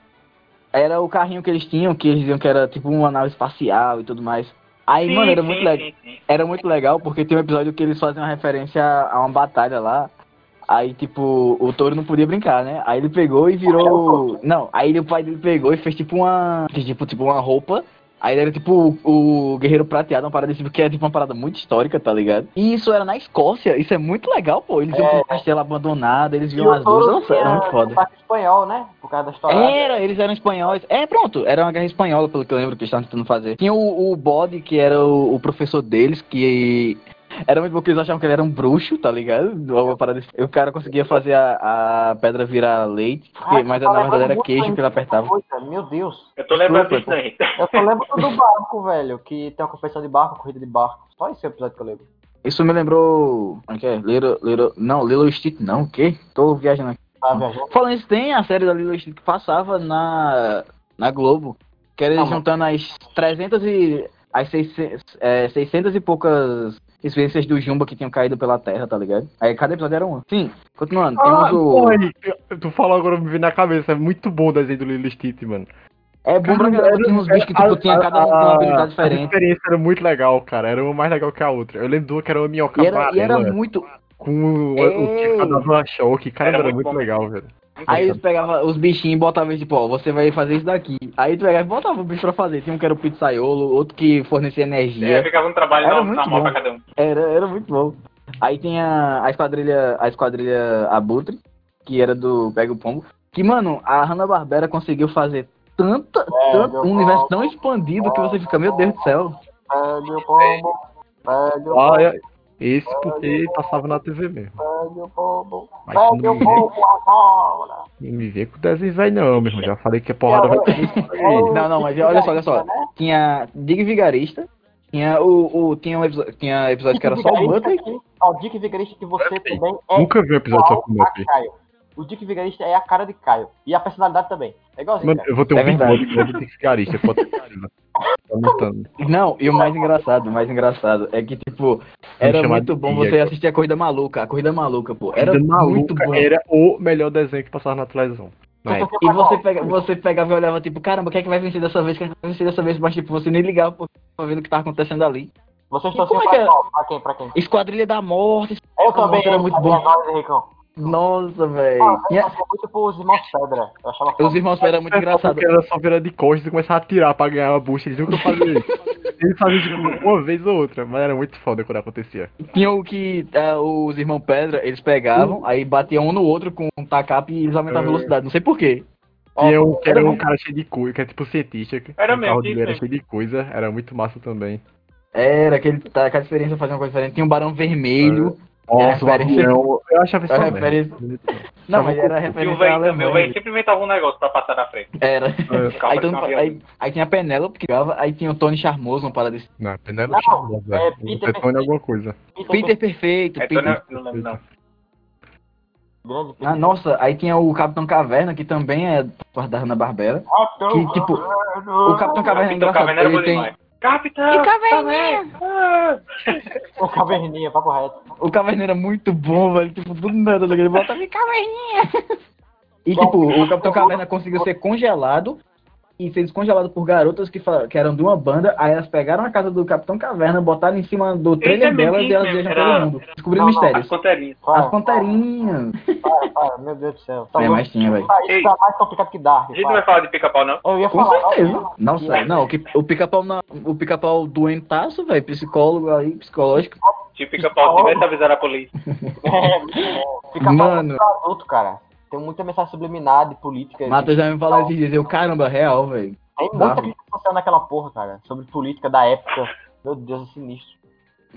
C: Era o carrinho que eles tinham, que eles diziam que era tipo uma nave espacial e tudo mais. Aí,
D: Sim,
C: mano, era
D: sim,
C: muito legal.
D: sim, sim.
C: Era muito legal porque tem um episódio que eles fazem uma referência a uma batalha lá. Aí, tipo, o touro não podia brincar, né? Aí ele pegou e virou. Não, aí o pai dele pegou e fez tipo uma. Fez, tipo, tipo uma roupa. Aí era tipo o, o Guerreiro Prateado, uma parada desse, que é tipo uma parada muito histórica, tá ligado? E isso era na Escócia, isso é muito legal, pô. Eles iam
B: É.
C: pra um castelo abandonado, eles
B: E
C: viam as
B: touro
C: luzes, nossa, era
B: tinha
C: muito foda.
B: sotaque espanhol, né? Por causa da história.
C: Era, eles eram espanhóis. É, pronto, era uma guerra espanhola, pelo que eu lembro que eles estavam tentando fazer. Tinha o, o Bode, que era o, o professor deles, que era muito bom que eles achavam que ele era um bruxo, tá ligado? Uma parada assim. E o cara conseguia fazer a, a pedra virar leite, porque-
B: Ai,
C: mas
B: tá
C: na verdade
B: lembrando
C: era
B: muito
C: queijo que ele
B: ainda,
C: apertava.
B: coisa, Meu Deus.
D: Eu tô lembrando
C: Desculpa,
D: disso daí.
B: Eu só lembro do barco, velho. Que tem uma competição de barco, corrida de barco. Só esse episódio que eu lembro.
C: Isso me lembrou. Como é que é? Little, Little- não, Lilo Stitch, não, o quê? Tô viajando aqui.
B: Tá viajando.
C: Falando isso, tem a série da Lilo Stitch que passava na, na Globo, que era eles
B: Não, mas-
C: juntando as 300 e. as 600, é, 600 e poucas experiências do Jumba que tinham caído pela Terra, tá ligado? Aí cada episódio era um. Sim, continuando,
E: Ah,
C: temos o.
E: porra, aí, tu falou agora, me veio na cabeça. É muito bom o desenho do Lilo Stitch, mano.
C: É bom pra
E: Caramba,
C: galera
E: era-
C: tinha uns bichos que
E: era-
C: tipo, tinha cada um tinha uma habilidade
E: A
C: diferente.
E: experiência era muito legal, cara. Era uma mais legal que a outra. Eu lembro de uma que era uma minhoca
C: E era, e era
E: amarela,
C: muito.
E: com o, tipo o
C: Ei!
E: que dava choque. Caramba,
D: Era
E: era,
D: muito
E: muito
D: bom.
E: legal, velho.
C: Aí eles pegavam os bichinhos e botavam, tipo, ó, você vai fazer isso daqui. Aí tu pegava e botava o bicho pra fazer. Tinha um que era o pizzaiolo, outro que fornecia energia.
D: É, ficava um trabalho
C: Era
D: na,
C: muito
D: na mão
C: bom.
D: pra cada um.
C: Era, era muito bom. Aí tinha a esquadrilha, a esquadrilha Abutre, que era do Pega o Pombo. Que, mano, a Hanna-Barbera conseguiu fazer tanta, tanto,
B: meu
C: um universo
B: Deus.
C: tão expandido que você fica, meu Deus do céu.
B: Velho pombo. Velho
E: Ah, é- esse porque passava na TV mesmo.
B: velho pombo.
E: Mas tu não
B: Velho
E: me vê,
B: pombo agora.
E: não me vê com o desenho velho, não, meu irmão. Já falei que a porrada vai
B: É,
E: ter.
C: Não, não, mas olha só, olha só.
B: né?
C: Tinha Dig Vigarista, tinha o, o tinha um episódio, tinha episódio que era só o Butler.
B: Ó, o Dick Vigarista que você também é
E: Nunca vi um episódio só
B: igual
E: com o meu
B: a Caio. O Dick Vigarista é a cara de Caio. E a personalidade também. É igualzinho,
E: Mano,
B: cara.
E: eu vou ter um
C: É
E: Big
C: verdade.
E: Brother que eu vou ter que ficar isso, pode ser. Tá notando.
C: Não, e o mais engraçado, o mais engraçado é que, tipo, era
E: chamar
C: muito
E: de
C: bom
E: Bia
C: você
E: agora.
C: assistir a Corrida Maluca, a Corrida Maluca, pô. Era
E: Ainda
C: muito
E: maluca, é,
C: bom.
E: Era o melhor desenho que passava na televisão. Na época.
C: E você, pega, você pegava e olhava, tipo, caramba, o que é que vai vencer dessa vez? O que é que vai vencer dessa vez? Mas, tipo, você nem ligava porque tava vendo o que tava acontecendo ali.
B: Vocês
C: E
B: estão
C: como
B: sempre
C: é que é?
B: pra qual? Pra quem? Pra quem?
C: Esquadrilha da Morte.
B: Eu também
C: era muito bom.
B: Agora, Henricão.
C: Nossa, velho.
B: Ah, eu
C: E a-
B: achava muito pros irmãos Pedra. Eu achava
C: Os irmãos eram muito engraçados.
E: Porque era só virar de costas e começar a atirar pra ganhar a bucha. Eles nunca faziam isso. Eles faziam tipo, uma vez ou outra, mas era muito foda quando acontecia.
C: Tinha o que ah, os irmãos Pedra, eles pegavam, aí batiam um no outro com um tacape e eles aumentavam a
E: É.
C: velocidade. Não sei porquê.
E: Tinha um que era um cara cheio de coisa, que era tipo cientista. que
D: Era
E: o
D: mesmo,
E: carro
D: tinha
E: dele era
D: isso
E: cheio de coisa, era muito massa também.
C: Era aquele, tá, aquela experiência fazia uma coisa diferente. Tinha um barão vermelho.
E: Nossa, o é um-
C: referência.
E: avião. Eu achava isso
C: Era
E: uma merda.
C: referência. Não, mas então era
D: E o
C: referência. à
D: velho também, o
C: Alemanha.
D: velho sempre inventava um negócio pra passar na frente.
C: Era.
E: É,
D: Ficava
C: Aí, todo
D: parecendo
C: mundo-
D: uma
C: aí, aí tinha a Penélope que jogava, aí tinha o Tony Charmoso, uma parada desse.
E: Não, Penélope
B: Não,
E: Charmosa.
B: é
E: É
B: Peter
E: Petone alguma coisa.
C: Peter Perfeito,
D: É,
C: Peter.
D: Tony- não lembro não.
B: um Grande Peter.
C: Ah, nossa, aí tinha o Capitão Caverna, que também é da Hanna Barbera.
B: Ah, então,
C: que, tipo,
B: ah,
C: O Capitão Caverna é
D: Ah, Capitão
C: engraçado.
D: Caverna era
C: porque
D: bom
C: Ele tem,
D: demais. Capitão!
A: E caverninha!
D: Ah!
B: O caverninha, papo reto.
C: O Caverninha era muito bom, velho. Tipo, do nada daquele bota.
A: E caverninha!
C: E tipo, o Capitão Caverna conseguiu ser congelado e ser descongelado por garotas que, fa- que eram de uma banda. Aí elas pegaram a casa do Capitão Caverna, botaram em cima do trailer
D: é
C: delas
D: menino
C: e elas
D: mesmo,
C: viajam
D: era-
C: pelo mundo. Descobrindo
B: Não, não,
D: As
C: mistérios.
D: ponteirinhas.
C: As
B: Para,
C: ponteirinhas.
B: para, para, meu Deus do céu. Tá
C: É,
B: bom.
C: mas tinha, velho.
B: Ah, Isso
D: Ei.
B: tá mais complicado que Dark.
D: A gente não
B: para.
D: vai falar de pica-pau, não.
B: Eu ia
C: Com
B: falar.
C: certeza. Não, sério. Não, o que- o pica-pau na- o pica-pau doentaço, velho. Psicólogo aí, psicológico.
D: De pica-pau,
B: Pica-pau.
D: tivesse avisar a polícia.
B: É, Fica
C: Mano.
B: falando pra adulto, cara. Tem muita mensagem subliminar de política.
C: Matheus já me falou esses dias. Eu, caramba, real, velho.
B: Tem muita crítica social naquela porra, cara. Sobre política da época. Meu Deus, é sinistro.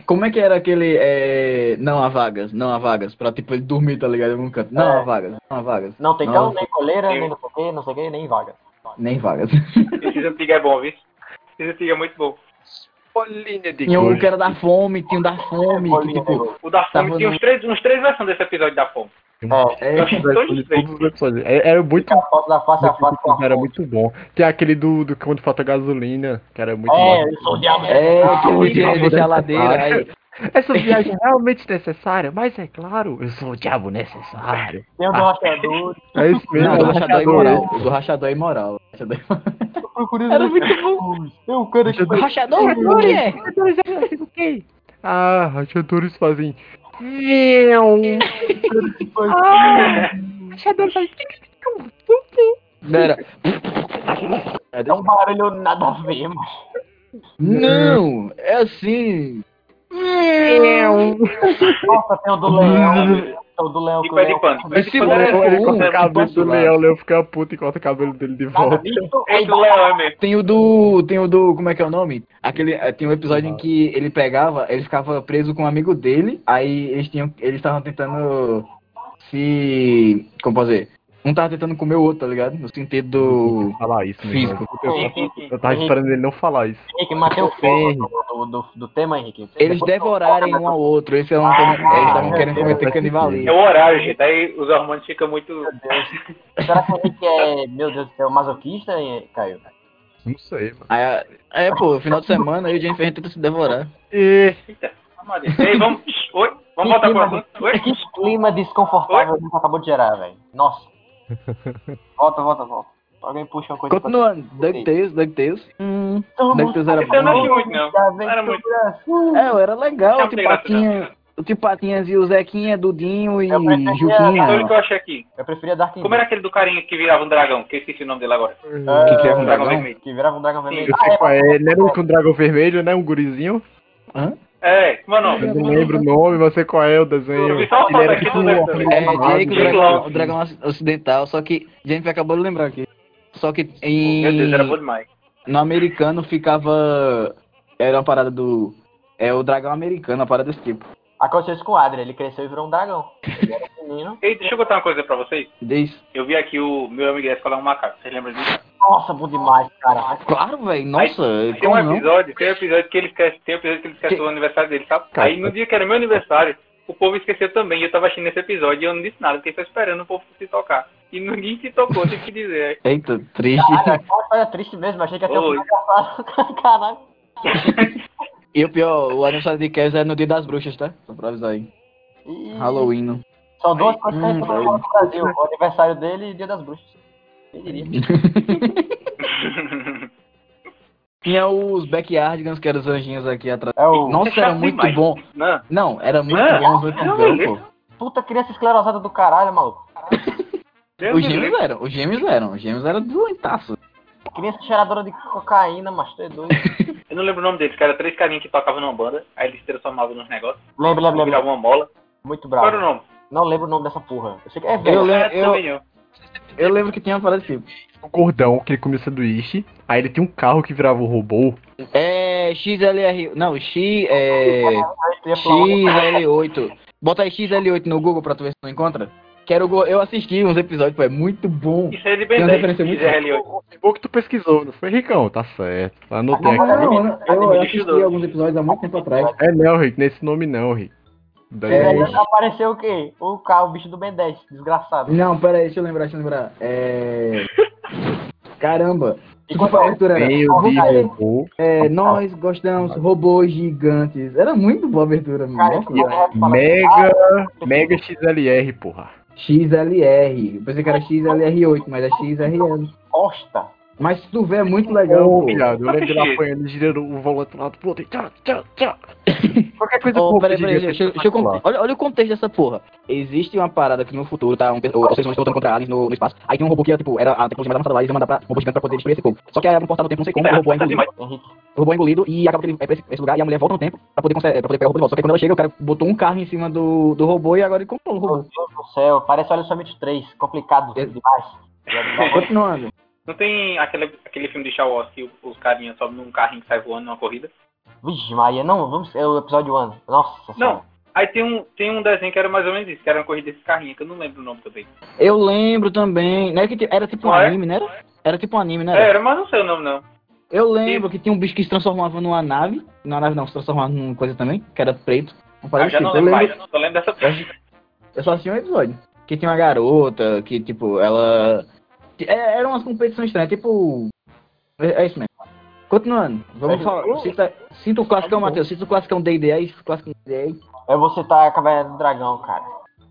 C: Como é que era aquele. é, Não há vagas, não há vagas. Pra tipo ele dormir, tá ligado? Em algum canto. Não
B: É.
C: há vagas, não há vagas.
B: Não tem
C: Não.
B: cão, nem coleira,
D: Eu-
B: nem não sei o que, não sei o que, nem vaga.
C: Nem vagas.
D: Esses antigos é bom, viu? Esses antigos é muito bom.
E: Bolinha de
C: Tinha um
E: gude.
C: que era da fome, tinha um da fome. Que,
B: Bolinha,
C: tipo,
B: né?
D: O da
C: Tava
D: Fome tinha
C: no-
D: uns três, uns três versões desse episódio da Fome.
B: É,
C: é,
D: Eu achei todos os três.
E: Todos os episódios. É- Era muito tipo,
B: fica a foto da face a face com a
E: era
B: foto.
E: muito bom. Tem aquele do, do quando falta gasolina, que era muito
B: É,
E: bom.
B: eu sou o diabo. Ah,
C: é, que o dinheiro deixa a ladeira. Aí,
E: Essa viagem é realmente necessária, mas é claro, eu sou o diabo necessário.
B: Tem o do rachador.
E: É isso mesmo.
C: não, o
E: é
C: do
E: o
C: rachador é
E: rachador.
C: imoral. O do rachador é imoral. O rachador é imoral.
B: Eu procurei
C: Era
B: no-
C: muito
B: Eu, o um cara que
E: Rachador.
C: Rachador é mulher.
E: Rachadores é assim, ok. Ah, rachadores fazem. Miau.
B: um faz-
E: Ah, rachador faz.
C: Não era.
B: É um barulho nada a ver, mano.
C: Não, é assim.
E: Miau.
B: Nossa, tem o do leão. Tem o do leão. que
D: E
B: o
D: pé de
B: leão-
D: pano. Pé de
C: Esse
D: pano
C: moleque
D: é-
E: Ele corta
C: um
E: a cabeça do
C: popular.
E: leão, o leão fica puto e corta o cabelo dele de
B: Nada
E: volta.
B: disso.
D: Esse do Leão é mesmo.
C: Tem né? o do. Tem o do. Como é que é o nome? Aquele. eh, Tem um episódio em que ele pegava, ele ficava preso com um amigo dele, aí eles tinham. Eles estavam tentando se. Como posso dizer? Um tava tentando comer o outro, tá ligado? No sentido do.
E: Falar isso, Uhum. meu irmão.
C: Físico.
E: Eu tava esperando ele não falar isso.
B: Henrique, matei o foco
C: Ferro.
B: do, do, do tema, Henrique.
C: Eles devorarem um ao outro, eles estavam eles estavam querendo cometer
D: É
C: canibalismo.
D: o horário, gente. Aí os hormônios ficam muito.
B: Será que o Henrique é, meu Deus do céu, masoquista, hein, Caio?
E: Não sei, mano.
C: Aí, é, pô, final de semana aí o Jennifer tenta se devorar.
E: E...
D: Maria. Ei, vamos. Oi? Vamos voltar pro assunto? Oi?
B: é Que clima desconfortável que você acabou de gerar, velho. Nossa. Volta, volta, volta. Alguém puxa uma coisa
C: Continuando, DuckTales, DuckTales. Hum, DuckTales era
D: Esse eu não
C: bom.
D: achei muito, não. Era muito.
C: É, era legal,
D: Não
C: o
D: tem graça,
C: Tipatinha, o Tipatinhas e o Zequinha, Dudinho e
B: Eu preferia-
D: Tem dois
C: Juquinha.
D: que eu achei aqui.
B: Eu preferia Dark
D: Como era aquele do carinha que virava um dragão? Que eu esqueci o nome dele agora.
C: Que que é
D: Um
C: um
D: dragão
C: dragão?
D: vermelho.
B: Que virava um dragão
E: Eu
B: vermelho.
E: sei qual é, ele era um com dragão vermelho, né? Um gurizinho.
C: Hã?
D: É, como é o
E: Eu
D: nome?
E: não lembro o nome, mas sei qual é o desenho.
D: Eu vi só uma
E: Ele era
D: foto aqui
E: tipo
D: do
E: um
D: desenho.
E: homem
C: É,
E: armado.
C: Jake, o dragão, o dragão ac- ocidental, só que Jennifer acabou de lembrar aqui. Só que em,
D: Meu Deus, era bom demais.
C: no americano ficava, era uma parada do, é o dragão americano, uma parada desse tipo.
B: Aconteceu isso com o Adrian, ele cresceu e virou um dragão. Ele era um menino.
D: Ei, deixa eu contar uma coisa pra vocês.
C: Diz,
D: Eu vi aqui o meu amigo da escola é um macaco. Vocês lembram disso?
B: Nossa, bom demais, cara.
C: claro, velho, nossa,
D: Tem um
C: como não?
D: episódio, tem um episódio que ele esquece, tem um episódio que ele esquece
C: Que-
D: o aniversário dele, sabe?
E: Cara.
D: Aí no dia que era meu aniversário, o povo esqueceu também. e Eu tava assistindo esse episódio e eu não disse nada, fiquei só esperando o povo se tocar. E ninguém se tocou, tive que dizer.
C: Eita, triste.
B: Cara, Nossa, era triste mesmo, achei que ia ter um
D: Oi.
B: final Caralho.
C: E o pior, o aniversário de Kevs é no dia das bruxas, tá? Só pra avisar aí.
B: Ih.
C: Halloween.
B: São duas coisas que a
C: Hum,
B: gente não fala no Brasil: o aniversário dele e Dia das Bruxas. Quem diria?
C: Tinha os backyardigans, que eram os anjinhos aqui atrás.
B: É o.
C: Nossa, era
D: chato
C: muito
D: demais.
C: bom.
D: não,
C: Não, era muito
D: É?
C: bom os outros
D: Não,
C: não,
D: beleza.
C: pô.
B: Puta criança esclerosada do caralho, maluco.
D: Deus
C: Os
D: me
C: gêmeos
D: livre.
C: eram, os gêmeos eram, os gêmeos eram doentaço.
B: Criança cheiradora de cocaína, mas tu é doido.
D: Eu não lembro o nome deles, que era três carinhas que tocavam numa banda, aí eles se transformavam nos negócios,
B: Lembra, lembra, lembra.
D: viravam uma bola.
B: Muito
D: Qual era o
B: bravo.
D: nome?
B: Não lembro o nome dessa porra. Eu sei que é
C: Eu
B: velho.
C: lembro-
D: Ah, também não.
C: Eu lembro que tinha uma parada assim.
E: Um gordão que ele comia sanduíche. Aí ele tinha um carro que virava um robô.
C: É. XLR. Não, X. É.
B: Eu ia falar uma-
C: XL8. Bota aí XL8 no Google pra tu ver se tu encontra. Quero. go- Eu assisti uns episódios, pô, é muito bom.
D: Isso aí é de
C: Tem
D: Ben
C: uma
D: 10,
C: referência muito
D: XRL8.
E: Bom que tu pesquisou, não foi, Ricão? Tá certo. Anotei
B: Não,
E: aqui.
B: não,
C: eu, eu assisti alguns episódios há muito tempo atrás.
E: É não, Rick, nesse nome não, Rick. Daí-
C: É.
B: Apareceu o quê? O carro, o bicho do Ben 10, desgraçado.
C: Não, pera aí, deixa eu lembrar, deixa eu lembrar. É. Caramba,
B: E quando
C: Super Aventura era.
E: Meio de robô.
C: É, nós gostamos, robôs gigantes. Era muito boa a abertura, mano.
B: Cara, é
C: Ó,
B: que
C: cara.
B: merda.
E: Mega. Mega XLR, porra.
C: XLR. Eu pensei que era XLR8, mas é XRL.
B: Costa.
C: Mas se tu vê, é muito legal,
E: Ô,
C: pô.
E: viado, eu lembro
D: Assisti.
E: lá apanhando, girando o volante pro lado pro outro. e Tchau, tchau, tchau. Qualquer coisa
C: Ô,
E: pouco
C: peraí,
E: de
C: peraí,
E: dia
C: deixa, eu-
E: você
C: deixa eu
E: vai
C: contar.
E: lá.
C: Olha, olha o contexto dessa porra. Existe uma parada que no futuro tá um, pe- ou, vocês estão lutando contra aliens no, no espaço. Aí tem um robô que tipo, era a tecnologia mais avançada lá e eles iam mandar pra um robô gigante pra poder destruir esse povo. Só que aí abre um portal do tempo, não sei como, o
D: Tá,
C: robô é engolido.
B: Henrique.
C: O robô é engolido e acaba que ele vai pra esse, pra esse lugar e a mulher volta no tempo pra poder, conse- pra poder pegar o robô de volta. Só que quando ela chega, o cara botou um carro em cima do, do robô e agora ele controla o
B: Meu
C: robô.
B: Deus do céu. Parece Olha Somente 3. Complicado
C: É.
B: demais.
C: Continuando.
D: Não tem aquele, aquele filme de Star Wars que o- os carinhas sobem num carrinho que sai voando numa corrida?
B: Vixe, Maria. Não, vamos. É o episódio 1. Nossa
D: Não.
B: senhora.
D: Aí tem um, tem um desenho que era mais ou menos isso, que era uma corrida desse carrinho, que eu não lembro o nome também.
C: Eu lembro também. Não é que ti- era tipo um
D: Qual é?
C: anime, né? Era? Era tipo um anime, né?
D: É, era, mas não sei o nome não.
C: Eu lembro que tinha um bicho que se transformava numa nave. Numa nave não, se transformava numa coisa também, que era preto. Não
D: Ah,
C: parece
D: já não
C: eu
D: lembro
C: lembro.
D: mais, eu só lembro dessa
C: Eu só assisti um episódio. Que tinha uma garota, que tipo, ela. É, eram umas competições estranhas, tipo. É, é isso mesmo. Continuando, vamos
B: É,
C: falar.
B: eu-
C: Cita, cita o classicão, Matheus. Cita o classicão DD aí, cita o classicão DD aí.
B: Eu vou citar tá a Caverna do Dragão, cara.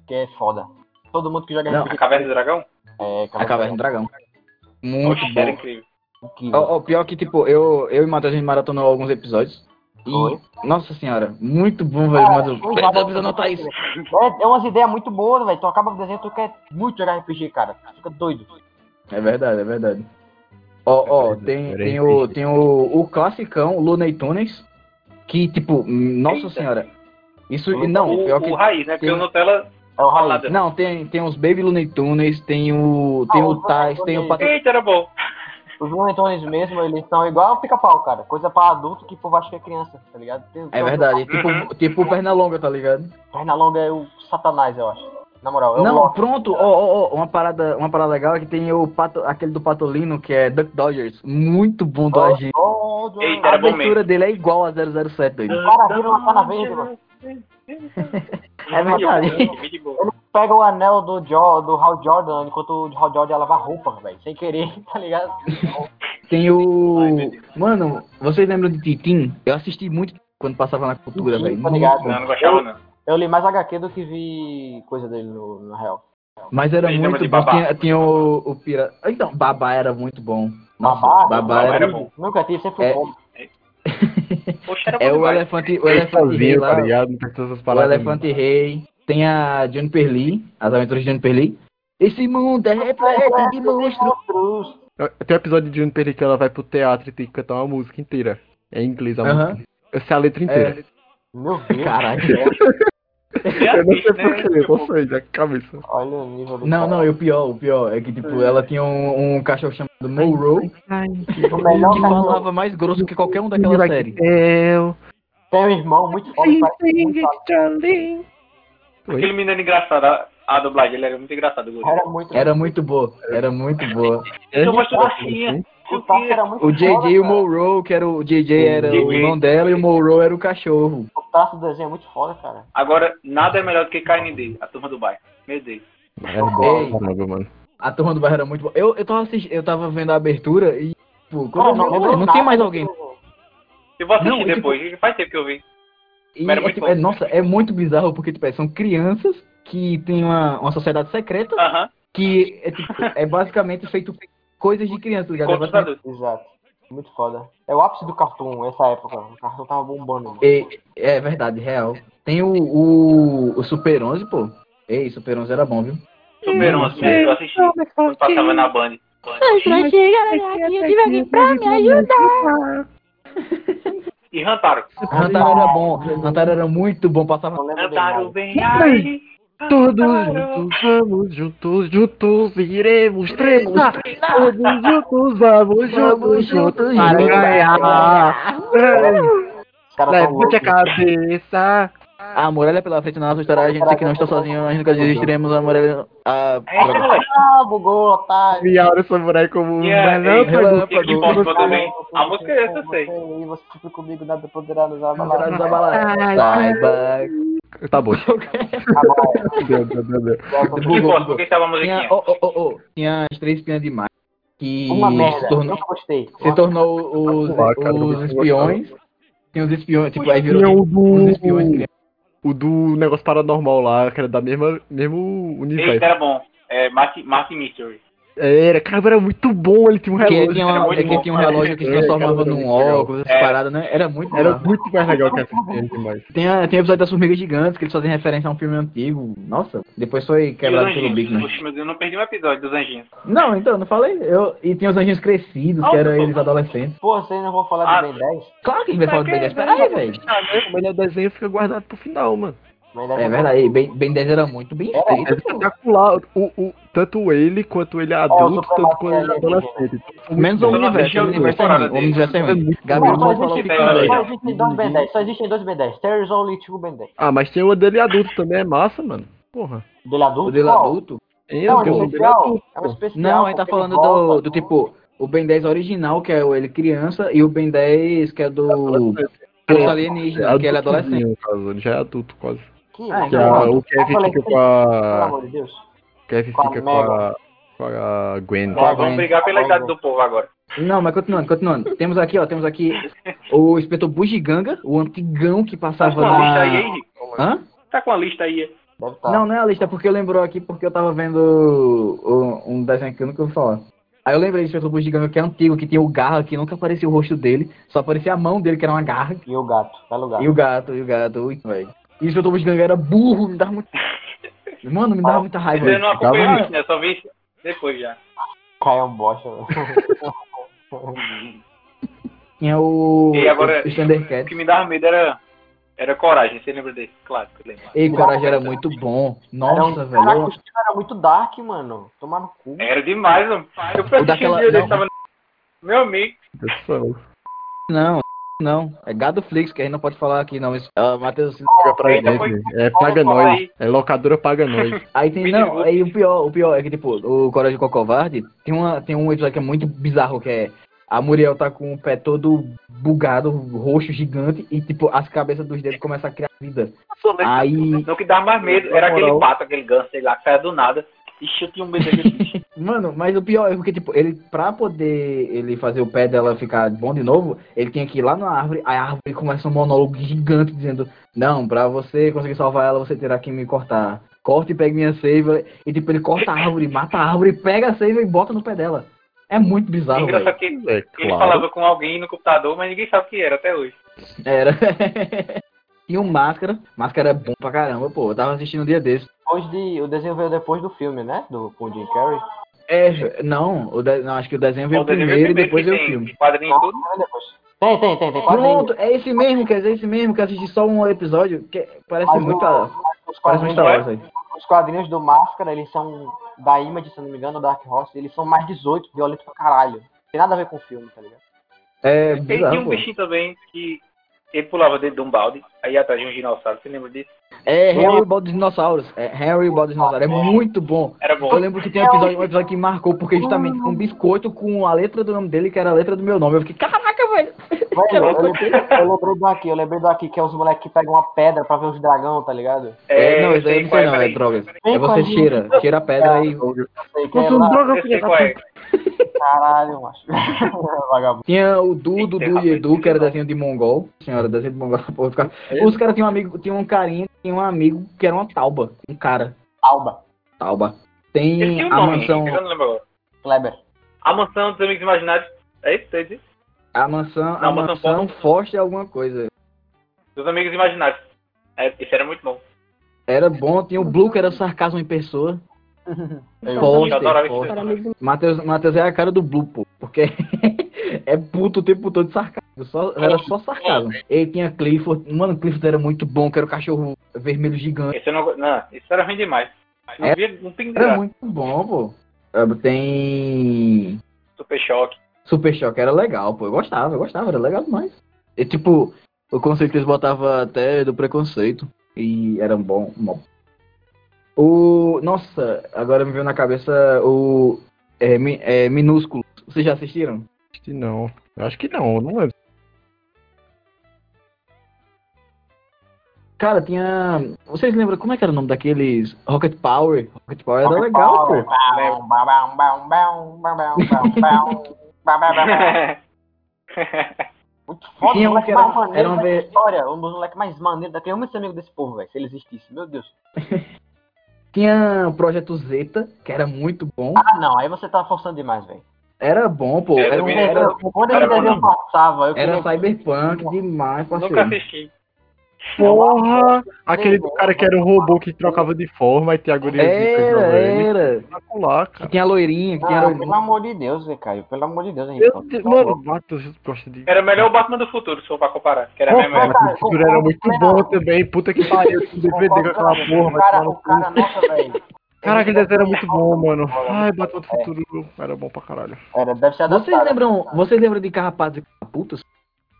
B: Que é foda. Todo mundo que joga
C: Não.
D: A
B: RPG.
D: Caverna do Dragão?
B: É,
C: A Caverna do um Dragão. Muito
D: Oxe, era
C: um bom.
D: incrível.
B: Incrível.
C: Ó, ó, pior que, tipo, eu, eu e o Matheus a gente maratonou alguns episódios. E,
B: Foi. Ah,
C: nossa senhora, muito bom, velho, Matheus.
B: Cara,
C: Eu preciso anotar isso.
B: É, é umas ideias muito boas, velho. Tu acaba o desenho, tu quer muito jogar RPG, cara. Fica doido.
C: É verdade, é verdade. Ó, ó, tem,
E: Peraí,
C: tem, o,
E: peraí.
C: tem o, o classicão, o Looney Tunes, que, tipo, nossa
D: Eita.
C: senhora. Isso,
B: O-
C: não,
D: o,
C: pior
D: o
C: que... um
D: Raiz, né? Porque
C: Sim.
D: o Nutella...
B: É o Raul.
D: Falada.
C: Não, tem, tem os Baby Looney Tunes, tem o, tem
B: Ah,
C: o
B: o
C: Tais, tem o...
B: Looney-
C: Pat-
D: Eita, era bom.
B: Os Lunetones mesmo, eles são igual ao pica-pau, cara. Coisa pra adulto que o povo acha que é criança, tá ligado? Tem-
C: É
B: tem-
C: verdade, tipo,
D: Uhum.
C: tipo o Pernalonga, tá ligado?
B: Pernalonga é o satanás, eu acho. Na moral, é o
C: Não,
B: Loki.
C: pronto, ó, ó, ó, uma parada, uma parada legal é que tem o Pato, aquele do Patolino, que é Duck Dodgers, muito bom do AG.
B: Oh, oh,
D: Eita,
B: oh.
C: A
D: era bom
C: abertura dele é igual a 007, doido.
B: O cara vira uma cara verde, mano.
C: né? É verdade.
D: Muito bom.
B: Pega o anel do, jo, do Hal Jordan, enquanto o Hal Jordan ia lavar roupa, velho. Sem querer, tá ligado?
C: Tem
D: Ai,
C: o.
D: meu Deus.
C: Mano, vocês lembram de Titim? Eu assisti muito quando passava na cultura,
B: Sim,
C: velho.
B: tá
C: Muito
B: ligado,
C: bom.
D: Não, não gostava não.
B: Eu li mais HQ do que vi coisa dele no, na real.
C: Mas era
D: Vocês lembram
C: muito
D: de
C: bom.
D: Babá?
C: Tinha, tinha o, o Pira. Então, Babá era muito bom. Nossa,
B: Babá?
C: Babá
D: Babá
C: era.
D: era bom.
B: Nunca tive, sempre
C: É.
B: bom.
D: Poxa, era bom
C: É o
D: demais.
C: elefante, o
E: Eu
C: elefante rei
E: sozinho, tá
C: lá.
E: ligado? Não precisa dessas
C: O
E: paradas.
C: elefante rei. Tem a Juniper Lee, as aventuras de Juniper Lee. Esse mundo é repleto de monstros.
B: Monstros.
E: Eu- Tem um episódio de Juniper que ela vai pro teatro e tem que cantar uma música inteira. É em inglês a
C: Aham.
E: música. Eu sei a letra inteira.
D: assim,
B: Meu Deus.
C: Caralho.
D: É
E: Eu não
D: assim,
E: sei
D: né?
E: porquê, eu não sei, da cabeça.
B: Olha o nível do
C: Não,
B: cara.
C: não, e o pior, o pior é que, tipo, ela tinha um, um cachorro chamado Monroe
B: O melhor
C: que
B: cachorro.
C: falava mais grosso que qualquer um daquela série.
E: Eu.
B: Tem um irmão muito foda, parece muito foda.
D: Aquele menino era engraçado, a, a dublagem, ele era muito engraçado. eu gostava.
B: Era é muito
C: Era muito boa, era muito boa.
D: Eu gosto da Rafinha.
B: O Tassi era muito
C: O JJ e o
B: foda, cara.
C: Monroe, que era o JJ era o
D: JJ.
C: irmão dela e o Monroe era o cachorro.
B: O traço do desenho é muito foda, cara.
D: Agora, nada é melhor do que KND, a turma do bairro. Meu Deus.
E: É bom, caramba, mano.
C: A turma do bairro era muito boa. Eu, eu, tava assisti- eu tava vendo a abertura e, tipo, pô, quando
B: Cara,
C: eu vi,
B: lembro
C: é? não, não
B: é nada
C: tem mais
B: do-
C: alguém.
D: Eu vou assistir
C: Não, e
D: depois, faz tempo que eu vi.
C: E
D: Mas era
C: é,
D: muito
C: tipo-
D: bom.
C: é- nossa, é muito bizarro porque tipo, é, são crianças que tem uma, uma sociedade secreta
D: Aham,
C: que é, tipo, é basicamente feito coisas de criança, tá ligado? É
D: contra os
C: basicamente-
D: adultos.
B: Exato. Muito foda. É o ápice do Cartoon, essa época. O Cartoon tava bombando. mano.
C: E- é verdade, real. Tem o, o, o Super 11, pô. Ei, Super 11 era bom, viu?
D: Subiram as mesas, um eu assisti. Quando passava na Band.
A: Sandra, chega aqui, eu tive alguém pra me ajudar.
D: E Rantaro.
C: Rantaro era bom, Rantaro era muito bom, passava
B: Não lembro dele,
D: Rantaro
B: mano.
D: vem aí.
E: Todos
D: Rantaro.
E: juntos, vamos juntos, juntos, iremos, tremos. Todos juntos, vamos juntos, juntos,
C: para
E: iremos.
C: ganhar.
E: Levante a
B: Os caras tão loucos.
E: cabeça.
C: A muralha pela frente na nossa história, a gente que não está sozinho, nós nunca desistiremos, a muralha... A...
D: É isso, moleque.
B: Ah, bugou, otário.
E: Miaura Samurai como um
D: Yeah,
E: relâmpago.
D: e- e- e-
C: Relâmpago.
D: também. A música é essa, eu sei.
B: E você fica comigo, nada poderá nos abalar.
C: Abraços da balada. Saiba...
E: Tá bom.
B: Agora,
E: Deu, deu, deu, deu.
B: agora,
D: Que foda, porque estava a
C: Tinha,
D: musiquinha.
C: oh, oh, oh, oh, tinha as três espinhas demais. que
B: Uma merda.
C: se
B: Eu
C: tornou,
B: nunca gostei.
C: se tornou os,
E: Ah, cara, eu
C: os
E: vou
C: espiões. Tem os espiões, tipo, aí
E: Tinha
C: virou
E: é o
C: os espiões.
E: do. O do negócio paranormal lá, que era da mesma mesmo
D: Esse
E: universo.
D: era bom. É, Mark, Mark Mystery.
E: Era, cara, era muito bom, ele tinha um
C: Que ele
E: relógio.
C: tinha,
D: era
C: uma,
D: muito
C: é que
D: bom,
C: tinha um
D: cara.
C: relógio que se
E: É,
C: transformava
E: cara, era
C: num
E: muito legal.
C: óculos, essas
D: É.
C: paradas, né? Era muito
E: Era
C: legal.
E: muito mais legal que a FTM demais.
C: Tem, a- tem episódio das formigas gigantes, que eles fazem referência a um filme antigo. Nossa, depois foi quebrado
D: e os
C: pelo Big né?
D: anjinhos.
C: Man.
D: Oxe, meu Deus, eu não perdi um episódio dos anjinhos.
C: Não, então, não falei. Eu, e tinha os anjinhos crescidos, que eram eles adolescentes.
B: Porra, vocês não vão falar do
D: Ah.
B: Ben 10?
C: Claro que a gente vai falar do Ben 10. Pera aí, velho.
E: O melhor desenho fica guardado pro final, mano.
B: Ben 10
C: É verdade, Ben, ben 10 era muito bem
E: É
C: feito. pô.
E: espetacular. O, o, tanto ele quanto ele é adulto,
B: Super
E: tanto quanto ele é
B: Mario Bros.
E: adolescente.
C: Menos o
D: Eu não
C: universo.
D: assisti
C: O
D: a
C: universo é
D: temporada
C: ruim. O
D: dele.
C: universo é ruim. Gabriel
B: Não,
C: não
B: só
C: vai falar o que
B: existem
D: cara,
B: dois-
D: velho.
B: só existem dois Ben 10. Só existem dois Ben 10. There's only two Ben 10.
E: Ah, mas tem o dele adulto também, é massa, mano. Porra.
B: Dele adulto?
C: O dele
B: Qual?
C: adulto?
E: Tem
B: Não, é
E: tem
B: um
E: o dele
B: especial.
E: adulto.
B: É um especial.
C: Não, é ele tá
B: porque
C: falando
B: volta,
C: do, do tipo, o Ben 10 original, que é o ele criança, e o Ben 10, que é do. Que é do alienígena, que ele é adolescente.
E: No caso, ele já é adulto quase.
B: Que-
C: Ah,
E: Que
C: então
E: a-
C: pronto.
E: o Kevin fica com
B: Pelo
E: a.
B: amor de Deus.
E: O Kevin
B: Com a
E: fica com a. Com a Gwen.
B: Com a Gwen.
D: Vamos brigar pela idade do povo agora.
C: Não, mas continuando, continuando. Temos aqui, ó, temos aqui o inspetor Bugiganga, o antigão que
D: Tá com
C: passava
D: a lista
C: na...
D: aí, Henrique?
C: Hã?
D: Tá com a lista aí.
B: Deve tá. estar.
C: Não, não é a lista, porque eu lembrou aqui, porque eu tava vendo o- um desenho que eu nunca ouvi falar. Aí eu lembrei do inspetor Bugiganga, que é antigo, que tinha o garra, que nunca aparecia o rosto dele, só aparecia a mão dele, que era uma garra,
B: E o gato. Belo
D: Tá.
B: gato.
C: e o gato, e o gato, ui, velho. E o inspetor Bugiganga era burro, me dava muito... Mano, me dava muita raiva.
D: Eu não
E: Ficava
D: acompanhei
E: aí.
D: isso, né? Só vi depois já.
B: Caio é um bosta. velho.
C: Tinha o...
D: E agora,
C: os
D: o
C: Thundercats.
D: que me dava medo era, era coragem. Você lembra desse? Claro que eu lembro.
C: Ei, Coragem era muito bom.
B: Era um-
C: Nossa, velho.
B: Caraca,
C: eu-
B: o filme era muito dark, mano. Tomar no cu.
D: Era demais, mano. Eu
C: O
D: perdi
C: daquela-
D: um dia
C: não.
D: desse, tava... no- Meu amigo.
C: Não, não. É gado Flix, que a gente não pode falar aqui, não. Isso, ah, Matheus,
E: Pra
D: Ainda
E: nós,
D: foi-
E: né? É paga nós. É locadora paga nós.
C: aí tem, não, aí o pior, o pior é que, tipo, o Coragem com a Covarde, tem, uma, tem um episódio que é muito bizarro, que é a Muriel tá com o pé todo bugado, roxo, gigante, e, tipo, as cabeças dos dedos começam a criar vida. Aí,
D: Não que dava mais medo. Era aquele pato, aquele ganso, sei lá, que saia do nada. Ixi, eu tinha um medo daquele bicho.
C: mano, mas o pior é porque, tipo, ele, pra poder ele fazer o pé dela ficar bom de novo, ele tinha que ir lá na árvore, aí a árvore começa um monólogo gigante dizendo, não, pra você conseguir salvar ela, você terá que me cortar. Corta e pega minha seiva. E tipo, ele corta a árvore, mata a árvore, pega a seiva e bota no pé dela. É muito bizarro, velho.
D: Engraçado que ele
E: É claro.
D: falava com alguém no computador, mas ninguém sabe o que era até hoje.
C: Era. e o Máscara. Máscara é bom pra caramba, pô. Eu tava assistindo um dia desse.
B: Depois de, o desenho veio depois do filme, né? Do com o Jim Carrey.
C: É, não, o de- não, acho que o desenho veio
D: Bom, desenho
C: primeiro e
D: que
C: depois veio o
D: tem
C: filme.
D: Quadrinho e tudo.
B: Veio depois. Tem, tem, tem, tem quadrinho.
C: Pronto, é esse mesmo, quer dizer, é esse mesmo, que eu assisti só um episódio, que parece
B: Mas
C: muito.
B: o-
C: a-
B: Os
C: Parece
B: quadrinhos,
C: muito Wars aí.
B: os quadrinhos do Máscara, eles são da Image, se eu não me engano, Dark Horse, eles são mais 18, violento pra caralho. Tem nada a ver com o filme, tá ligado?
C: É
D: Tem tinha
C: bizarro,
D: um
C: pô.
D: bichinho também que ele pulava dentro de um balde, aí atrás de um dinossauro, você lembra disso?
C: É Harry e o Balde dos Dinossauros. É Harry e o Balde dos Dinossauros. É muito bom.
D: Era bom.
C: Eu lembro que tem um episódio, um episódio que marcou, porque justamente um biscoito com a letra do nome dele, que era a letra do meu nome. Eu fiquei, caraca, velho.
B: Velho, eu lembrei, eu lembrei do aqui, eu lembrei do aqui, que é os moleques que pegam uma pedra pra ver os dragão, tá ligado?
C: É, não, isso aí eu não
D: qual
C: sei não, é
D: peraí.
C: drogas.
B: Vem
C: É
B: com a
C: você
B: gente.
C: cheira, cheira a pedra e...
B: Não sei quem é lá.
D: Eu sei qual é.
B: Caralho, macho. Vagabundo.
C: Tinha o Du, Dudu e Edu, que era desenho de mongol. Senhora, desenho de mongol. Pô, os caras- Os caras tinham um amigo, tinha um carinha, tinha um amigo que era uma tauba. Um cara,
B: Alba.
C: tauba.
D: Ele
C: Tem
D: tinha um
C: a
D: nome,
C: mansão...
D: eu não lembro agora.
B: Kleber.
D: A mansão dos amigos imaginários. É isso, é isso?
C: A mansão... A
D: Não, mansão
C: mansão forte é alguma coisa.
D: Dos amigos imaginários. É, isso era muito bom.
C: Era bom, tinha o Blue, que era sarcasmo em pessoa.
B: Eu.
C: Foster,
D: Eu adorava
C: Foster.
A: Para
D: isso.
A: amigos
C: Matheus, Matheus é a cara do Blue, pô, porque é puto o tempo todo de sarcasmo. Só, era só sarcasmo. Ele tinha Clifford. Mano, Clifford era muito bom, que era o cachorro vermelho gigante.
D: Esse eu não, não, isso era ruim demais. Não,
C: É.
D: via, não tem
C: Era
D: graça.
C: muito bom, pô. Ah, Tem.
D: Super choque.
C: Super Choque era legal, pô. Eu gostava, eu gostava, era legal demais. E tipo, o conceito que eles botavam até do preconceito. E era um bom. bom. O. Nossa, agora me veio na cabeça o. É, mi- é, minúsculo. Vocês já assistiram?
E: Acho que não. Eu Acho que não, eu não lembro.
C: Cara, tinha. Vocês lembram como é que era o nome daqueles Rocket Power? Rocket Power era
B: Rocket
C: legal,
B: Power,
C: pô.
B: bam, bam, bam, bam, bam, bam, bam, bam, bam, bam, bam. Muito foda,
C: Tinha
B: o
C: um
B: moleque
C: que era-
B: mais maneiro
C: era uma
B: da
C: vez-
B: história. O moleque mais maneiro daqui. Eu amo esse amigo desse povo, velho. Se ele existisse, meu Deus.
C: Tinha o Projeto Zeta, que era muito bom.
B: Ah, não. Aí você tá forçando demais, velho.
C: Era bom, pô.
D: É,
C: Era, um,
D: também
C: era,
B: Quando esse
D: Era bom,
B: desenho
D: não.
B: passava, eu queria...
C: era cyberpunk demais,
D: Nunca
C: parceiro.
D: assisti.
E: Porra! Aquele do cara que era um robô que trocava de forma e tinha a guria
B: É,
C: Era, era.
E: espetacular,
C: Que
E: cara.
C: tinha a loirinha, que tinha a
B: Ah, pelo
C: loirinha.
B: amor de Deus, velho, Caio. Pelo amor de Deus, a gente.
E: Eu,
B: fala.
E: te- mano, Matheus gosta
B: É,
E: de.
D: Era melhor o Batman do Futuro, se for pra comparar. Que era
B: Pô,
D: mesmo.
B: cara,
E: Mas o futuro era
B: concordo
E: muito bom
B: plenamente.
E: também. Puta que pariu, eu um DVD com aquela
B: Concordo,
E: porra.
B: O
E: vai tomar
B: né? cara, é
E: no
B: o
E: cu.
B: cara, nossa, velho.
E: Cara, aquele desenho era muito bom, mano.
B: Olha,
E: Ai, Batman
B: É.
E: do Futuro era bom pra caralho.
B: Era, deve ser
C: Vocês
B: adaptado.
C: lembram, vocês lembram de Carrapatos e Cataputas?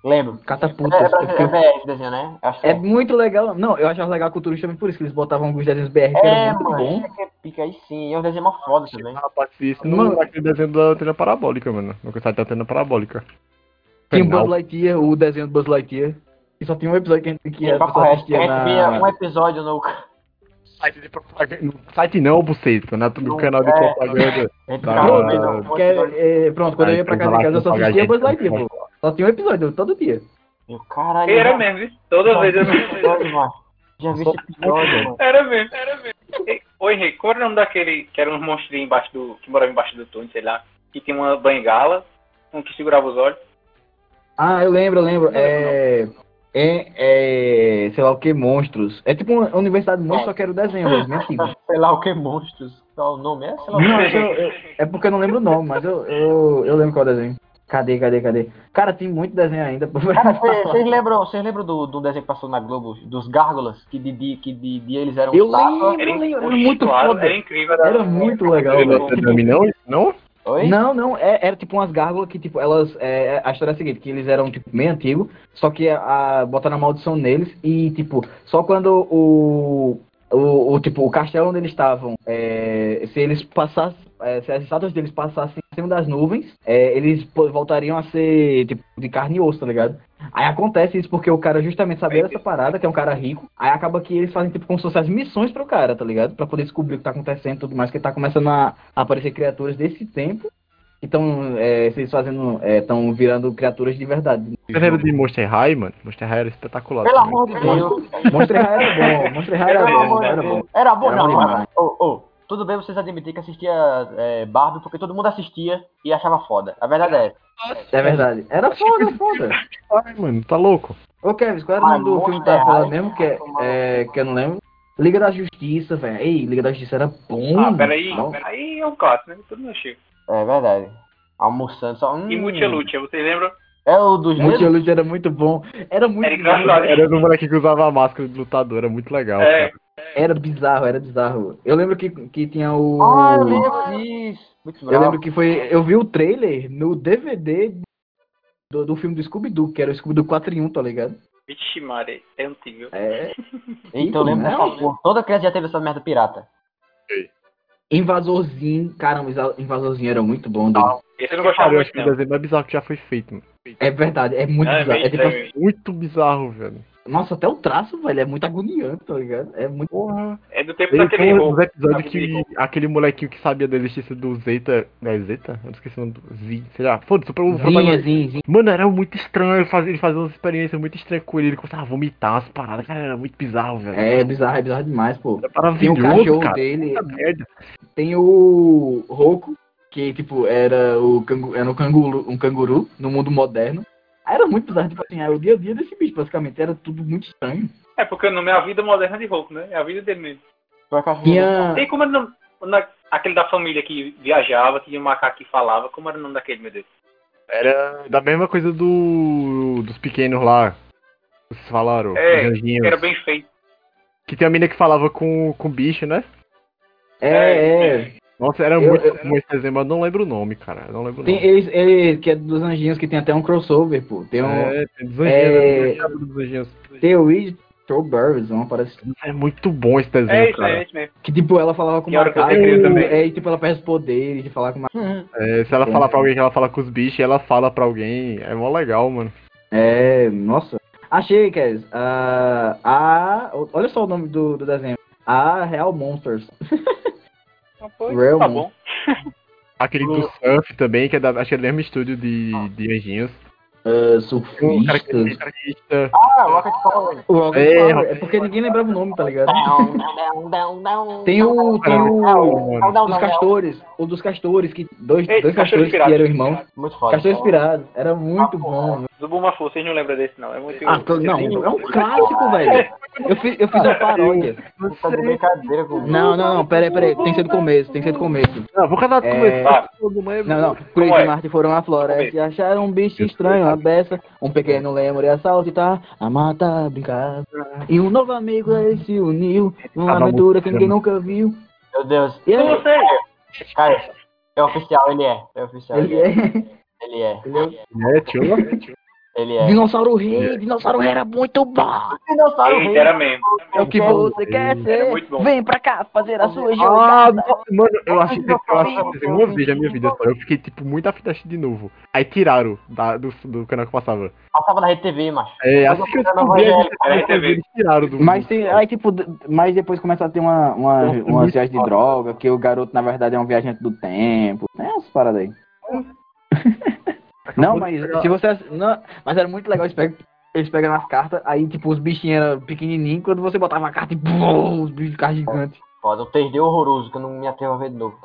B: Lembro.
C: Cataputas.
B: É, é,
C: porque-
B: brasile- é, é esse desenho, né? Acho que
C: É muito legal. Não, eu achava legal a cultura também por isso, que eles botavam alguns desenhos BR que
B: É,
C: era muito
B: mano,
C: bom.
B: isso aqui é pica aí sim. É um desenho mó foda também.
E: Rapaz, isso
C: Mano.
E: não é aquele desenho da antena parabólica, mano. No site da antena parabólica.
C: Tinha o
E: Final.
C: Buzz Lightyear, o desenho do Buz Lightyear. E só tinha um episódio que a gente que a
B: Papo
C: pessoa
B: reto, que
C: assistia
B: recebia um
C: na...
B: episódio no.
E: Site de propaganda. No Site não, buceta, né? No canal de
B: É.
E: propaganda.
B: Entre
E: Tá.
B: carro,
C: Pronto,
B: não,
C: que é- é, pronto, quando eu ia pra casa de casa eu só assistia Buzz Lightyear, pô. Só tinha um episódio, todo dia.
B: Meu caralho.
D: Era
C: né?
B: já-
D: mesmo, viu? Toda vez eu
B: Já vi esse episódio, mano.
D: Era mesmo, era mesmo. Ei, Ô Henrique, qual era o nome daquele que era um monstrinho embaixo do. que morava embaixo do túnel, sei lá, que tinha uma bengala, um que segurava os olhos.
C: Ah, eu lembro, eu lembro. É... É, é, sei lá o que, monstros. É tipo uma universidade de monstros, só que era o desenho mesmo, é antigo.
B: Sei lá o que monstros. Qual o nome é? Sei lá o
C: Não,
B: que.
C: eu- eu- é porque eu não lembro o nome, mas eu, eu, eu lembro qual é desenho. Cadê, cadê, cadê? Cara, tem muito desenho ainda. pra-
B: Cara, vocês lembram, vocês lembram do, do desenho que passou na Globo, dos Gárgulas, que de dia que de, dia eles eram
C: Eu
B: tapa?
C: lembro, eu lembro, era
D: um
C: muito
D: claro,
C: foda.
D: Era incrível.
C: Era muito legal,
E: Não,
C: velho.
E: não, não, não?
B: Oi?
C: Não, não, é- era tipo umas gárgulas que, tipo, elas. é, a história é a seguinte, que eles eram, tipo, meio antigo, só que a, a- botaram a maldição neles e, tipo, só quando o. O, o, tipo, o castelo onde eles estavam, é, se eles passassem. é, se as estátuas deles passassem em cima das nuvens, é, eles pô, voltariam a ser, tipo, de carne e osso, tá ligado? Aí acontece isso porque o cara justamente sabia dessa parada, que é um cara rico, aí acaba que eles fazem, tipo, como se fossem as missões pro cara, tá ligado? Pra poder descobrir o que tá acontecendo e tudo mais, que tá começando a aparecer criaturas desse tempo que estão é, se fazendo, estão virando criaturas de verdade.
E: Você lembra de Monster High, mano? Monster High era espetacular.
B: Pelo
E: também.
B: amor de Deus.
C: Monster High era bom, Monster High era
B: Pelo
C: bom,
B: amor de
C: era
B: Deus.
C: bom.
B: Era bom,
C: Era
B: não.
C: bom demais.
B: Ô, ô, tudo bem vocês admitirem que assistia é, Barbie porque todo mundo assistia e achava foda. A verdade é essa.
C: É verdade. Era foda, foda.
E: Ai, mano, tá louco?
C: Ô Kevin, qual era o nome do filme que tava falando mesmo? Que, é, é, que eu não lembro. Liga da Justiça, velho. Ei, Liga da Justiça era bom.
D: Ah, peraí,
C: Não.
D: aí é um clássico, né? Tudo no Chico.
B: É verdade. Almoçando só. Hum,
D: E Multilutia, vocês lembram?
B: É o dos
C: Multi Luta era muito bom. Era muito
D: Era
C: bizarro.
D: engraçado.
E: Era do moleque que usava a máscara de lutador, era muito legal.
D: É,
E: cara.
C: Era bizarro, era bizarro. Eu lembro que, que tinha o.
B: Ah, eu lembro disso. Muito
C: Eu
B: bravo.
C: lembro que foi. Eu vi o trailer no DVD do, do filme do Scooby-Doo, que era o Scooby-Doo 4 em 1, tá ligado?
D: Vixe, Mare, é antigo.
C: É. né?
B: Então eu lembro
C: Não,
B: dessa porra. Toda criança já teve essa merda pirata.
C: Invasorzinho, caramba, Isa- Invasorzinho era muito bom. doido.
D: Esse eu não
E: Cara,
D: gostava
E: eu acho
D: muito,
E: que o
D: não.
E: desenho mais bizarro que já foi feito, mano.
C: É verdade, é muito
D: Ah, é
C: bizarro.
D: bem
C: É tipo, assim,
D: estranho.
E: Muito bizarro, velho.
C: nossa, até o traço, velho, é muito agoniante, tá ligado? É muito.
E: Porra.
D: É do tempo
E: Ele
D: daquele
E: foi um
D: roubo.
E: dos episódios
D: Daquele
E: que
D: roubo.
E: aquele molequinho que sabia da existência do Zeta. É Zeta? Eu esqueci o nome do Z, sei lá. Foda-se, o
C: Zinha,
E: protagonista.
C: zinha, zinha.
E: Mano, era muito estranho. Ele fazia, ele fazia umas experiências muito estranhas com ele. Ele começava a vomitar as paradas. Cara, era muito bizarro, velho.
C: É bizarro, é bizarro demais, pô.
E: Era
C: Tem o
E: maravilhoso,
C: cachorro
E: Tá cara.
C: dele,
E: Puta merda.
C: tem o Roku, que tipo, era o cangu... era um canguru, um canguru no mundo moderno. Aí Era muito bizarro, tipo assim, era o dia a dia desse bicho, basicamente, era tudo muito estranho.
D: É porque o nome é a vida moderna de roubo, né? É a vida dele mesmo.
B: Foi a caixa de-
C: Tinha.
D: Tem como era o nome. na- aquele da família que viajava, que tinha um macaco que falava. Como era o nome daquele, meu Deus?
E: Era da mesma coisa do. dos pequenos lá. Vocês falaram.
D: É,
E: os anjinhos.
D: Era bem feito.
E: Que tem a mina que falava com, com bicho, né?
C: É, é.
E: Nossa, era
C: Eu-
E: muito
C: eu-
E: bom esse desenho, mas eu não lembro o nome, cara. Eu não lembro o
C: Tem
E: nome.
C: eles, ele, que é dos anjinhos, que tem até um crossover, pô. Tem um.
E: É, tem dos
C: é-
E: anjinhos, né? Dos anjinhos.
C: Tem o Reed Strawberries, uma parece.
E: É muito bom esse desenho,
D: É isso,
E: cara.
D: é isso mesmo.
C: Que tipo, ela falava com o
D: E a hora que eu
C: macaco.
D: tenho também.
C: É, e tipo, ela perde os poderes de falar com o macaco.
B: Hum.
E: É, se ela falar pra alguém que ela fala com os bichos, ela fala pra alguém. É mó legal, mano.
C: É, nossa. Achei, Kes. Ah, a. Olha só o nome do, do desenho. A Real Monsters.
D: Então, pois,
C: Real
D: tá
C: Monsters.
D: bom.
E: Aquele do Surf também, que é da, acho que é do mesmo estúdio de, de Anjinhos.
C: Ah,
E: Um cara que
C: surfistas.
E: guitarrista.
B: Ah, Rocket Power.
C: O Rocket
E: É,
C: Power.
E: rapaz.
C: É porque ninguém lembrava o nome, tá ligado?
B: Down, down, down, down,
C: Tem o.
B: down,
C: Tem
B: down, down,
C: o.
B: down, down,
C: Dos
B: down.
C: castores. O dos castores, que. Dois,
D: Ei,
C: dois
D: Castores
C: castores que
D: Piratas.
C: eram irmãos.
B: Muito foda.
C: Castores Pirados. Era muito
B: Ah,
C: bom.
D: Zubumafu, vocês não lembram desse não. É muito.
C: Ah, tô- não, é um clássico, velho. Eu fiz, eu fiz uma paródia.
E: Ah,
B: Você tá de brincadeira comigo.
C: Não, não, não, peraí, peraí. Tem que ser do começo, tem que ser do começo.
E: Não, vou cada
C: É.
E: começar. Todo mundo é-
C: Não, não. Chris e Marty foram à floresta e acharam um bicho estranho, uma beça, um pequeno lemur e assalto e tá a mata brincar. E um novo amigo a ele se uniu, uma aventura que ninguém nunca viu.
B: Meu Deus.
C: E aí,
D: Você!
B: Cara, é oficial, ele é. É oficial,
C: ele
B: ele é.
C: é.
B: Ele é.
C: Ele
E: É, tio.
B: Ele
C: é.
B: é.
C: Dinossauro Rei, Dinossauro Rei era muito bom.
B: Dinossauro
D: Eita, era mesmo.
C: É o que você quer
D: Era
C: ser.
D: muito bom.
C: Vem pra cá fazer a sua
E: Ah,
C: jogada.
E: nossa, mano, eu achei que eu achei que uma vez na minha vida só. Eu fiquei, tipo, muito afim de assistir de novo. Aí tiraram da- do, do canal que eu passava.
B: Passava na RedeTV, macho.
E: É,
B: Mas
E: assim que eu
B: eu não
E: descobri a
B: vou-
E: lista da
D: é,
E: RTV,
D: é,
E: eles tiraram do.
C: Mas tem, aí tipo, d- mas depois começa a ter uma, uma,
E: Nossa,
C: uma
E: muito
C: viagem de
E: foda.
C: droga, que o garoto na verdade é um viajante do tempo, né? Essas paradas aí. Não, mas se você. Não, mas era muito legal, eles pegam, eles pegam nas cartas, aí tipo, os bichinhos eram pequenininhos, quando você botava a carta e bum, os bichos ficavam gigantes.
B: Foda, o 3D horroroso, que eu não me atrevo a ver de novo.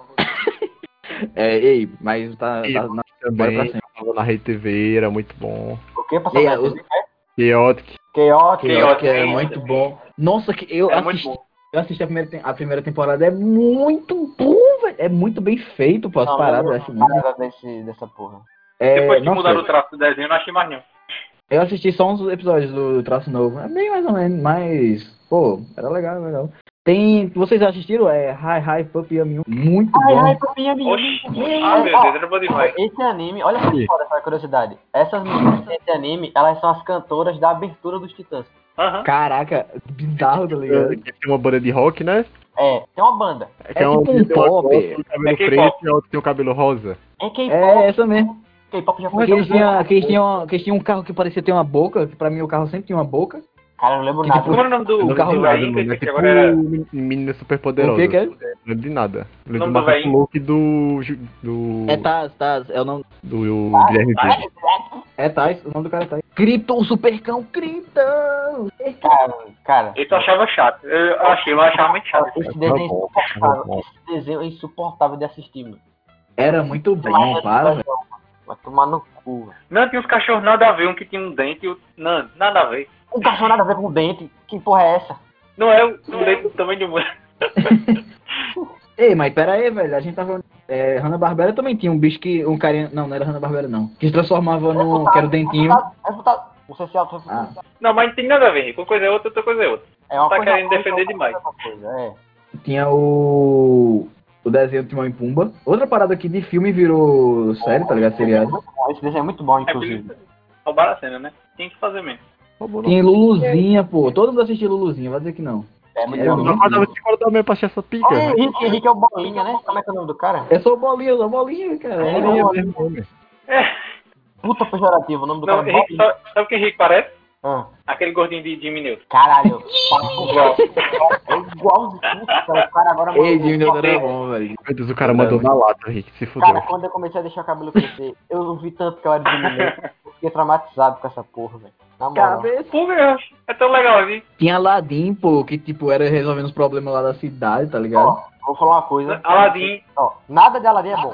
C: É, ei, mas tá.
E: E-
C: tá na, bora pra
E: também.
C: sempre.
E: Tava na Rede TV, era muito bom. é
B: O que passava
C: E
B: na
C: aí,
B: RedeTV?
E: Chaotic.
B: Chaotic.
D: Chaotic.
C: Que era muito bom. Nossa, que eu
D: Era É muito
C: assisti,
D: bom.
C: eu assisti a, primeira, tem- a primeira temporada, é muito bom, velho. É muito bem feito, pô, as
B: Não,
C: paradas.
B: não,
C: eu acho
B: não,
C: muito-
B: nada desse, dessa porra.
C: É,
D: Depois que
C: nossa,
D: mudaram o traço do desenho, eu não achei mais nenhum.
C: Eu assisti só uns episódios do Traço Novo. É bem mais ou menos, mas. Pô, era legal, era legal. Tem. Vocês assistiram? É Hi Hi Puppy Yum Yum. Muito
B: Ai,
C: bom.
B: ai, papinha minha.
D: Oxi. Ah, meu Deus, era bom demais.
B: Esse anime, olha que
E: Ih.
B: foda essa curiosidade. Essas meninas desse anime, elas são as cantoras da abertura dos Titãs.
D: Aham.
C: Caraca, bizarro, tá ligado?
E: Que tem uma banda de rock, né?
B: É, tem uma banda.
E: É,
C: tipo um pop.
E: Tem um cabelo
D: É K-pop.
E: preto e a outra tem um cabelo rosa.
B: É
C: É,
B: K-pop.
C: essa mesmo.
B: K-pop já foi.
C: Que eles, tinham, que, eles tinham, que eles tinham um carro que parecia ter uma boca, que pra mim o carro sempre tinha uma boca.
B: Cara, eu não lembro
C: Que
B: nada.
C: tipo-
D: Como era o nome
E: Eu
D: do
E: não
C: carro
E: lembro
D: do
E: nada,
D: velhinho?
E: mano. É tipo
D: que que agora era.
E: menina super
C: O
E: poderosa.
C: que que é?
E: Não lembro de nada. Eu lembro
D: Nome
E: do
D: do
E: Marcos
D: velhinho?
E: Luke do. Ju- do.
B: tá.
C: É Taz, Taz, é o nome.
E: do Guilherme Briggs.
C: É Taz, o nome do cara é Taz. Krypton, Supercão, Krypton!
B: Cara, cara,
D: Eu só achava chato. Eu achei, eu achava muito chato.
B: esse
E: Tá
B: desenho é
E: bom, tá
B: insuportável.
E: bom.
B: Esse desenho é insuportável de assistir, mano.
C: Era muito Tá bom, para, velho.
B: Vai tomar no cu. velho.
D: Não, tinha uns cachorros nada a ver, um que tinha um dente e outro. Não, nada a ver.
B: Um cachorro nada a ver com o dente. Que porra é essa?
D: Não é o o dente do tamanho de um.
C: Ei, mas pera aí, velho. A gente tava. É, Hanna-Barbera também tinha um bicho que. Um carinha. Não, não era Hanna-Barbera, não. Que se transformava no. Que era o dentinho.
B: Resultado- Resultado. Você se auto
C: Ah.
D: Não, mas não tem nada a ver. Uma coisa é outra, outra coisa é outra.
B: É uma
D: Tá
B: coisa
D: querendo
B: ruim,
D: defender
B: outra
D: demais.
B: coisa, é.
C: Tinha o. O desenho do Timão e Pumba. Outra parada aqui de filme virou série, tá ligado? Seriado.
B: Esse desenho é muito bom,
D: É
B: inclusive.
D: por isso- Roubaram a cena, né? Tem que fazer mesmo.
E: Roubou, não.
C: Tem Luluzinha, pô. Todo mundo assistia Luluzinha, vai dizer que não.
B: É muito
C: É
B: bom.
C: mesmo.
E: Não falava de qual também pra achar essa pica.
B: Olha o Henrique, Henrique é o Bolinha, né? Como é que é o nome do cara?
C: É só o Bolinha, só o Bolinha, cara.
B: É,
C: Olha aí.
B: não.
E: É,
B: Puta pejorativo, o nome do
D: Não,
B: cara é
D: Henrique,
B: Bolinha.
D: sabe, sabe o que Henrique parece?
B: Ah,
D: Aquele gordinho de Jimmy Neutron.
B: caralho, papo igual. É igualzinho, cara. O cara agora
C: Ei,
B: mandou-
C: Jimmy Neutron era bom, velho.
E: Meu Deus, o cara mandou na lata, Rick. Se fudeu.
B: Cara, quando eu comecei a deixar o cabelo crescer, eu não vi tanto que eu era diminuto. Eu fiquei traumatizado com essa porra, velho. Na moral.
C: Cabeça.
D: Pô, meu, é tão legal, viu?
C: Tinha Aladdin, pô, que tipo, era resolvendo os problemas lá da cidade, tá ligado?
B: Ó, vou falar uma coisa.
D: Aladdin.
B: Ó, nada de Aladdin é bom.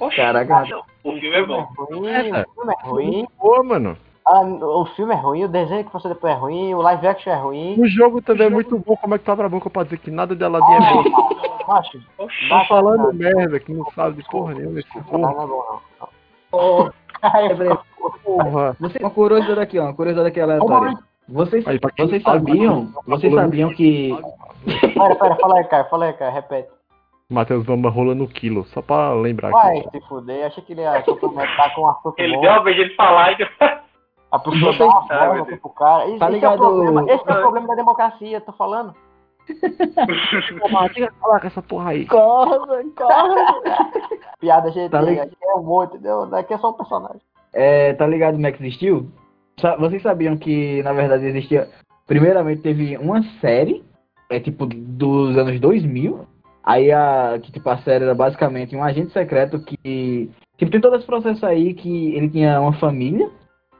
D: Oxe,
C: Caraca.
D: nada. O filme é bom.
B: O filme é ruim, o filme é ruim.
E: Pô, mano.
B: Ah, o filme é ruim, o desenho que passou depois é ruim, o live action é ruim.
E: O jogo também é muito bom. Como é que tu abre a boca pra dizer que nada de Aladdin é bom?
B: Macho,
D: Oxe.
E: Tá falando merda que não sabe de porra nenhuma esse porra.
B: não é bom, não.
C: Ô,
B: Aí,
C: Gabriel,
E: porra.
C: você- Uma curiosidade aqui, ó. Uma curiosidade aqui aleatória. Vocês,
E: Aí, pra quem
C: vocês
E: sabe,
C: sabiam? Vocês sabiam que
B: Pera, pera, fala aí, cara, fala aí, cara, repete.
E: Matheus Bamba rola no quilo, só pra
C: Tá
E: lembrar.
B: Vai
E: aqui.
B: se fuder, achei que ele ia complementar com um assunto
D: Ele deu
B: bom.
D: uma vez ele falar então e eu...
B: A pessoa
C: Você-
B: dá uma
D: Ah, meu
B: bola aqui pro cara. Esse,
C: Tá
B: esse
C: ligado-
B: é o problema,
D: Tá.
B: esse é o problema da democracia, tô falando.
E: Chega a falar com essa porra aí.
C: Corre, corre.
B: Piada, gente,
C: Tá ligado.
B: é um monte, entendeu? Daqui é só um personagem.
C: É, tá ligado Max Steel? sa- vocês sabiam que, na verdade, existia. Primeiramente teve uma série, é tipo dos anos 2000. Aí a. Que tipo, a série era basicamente um agente secreto que. Tipo, tem todo esse processo aí que ele tinha uma família,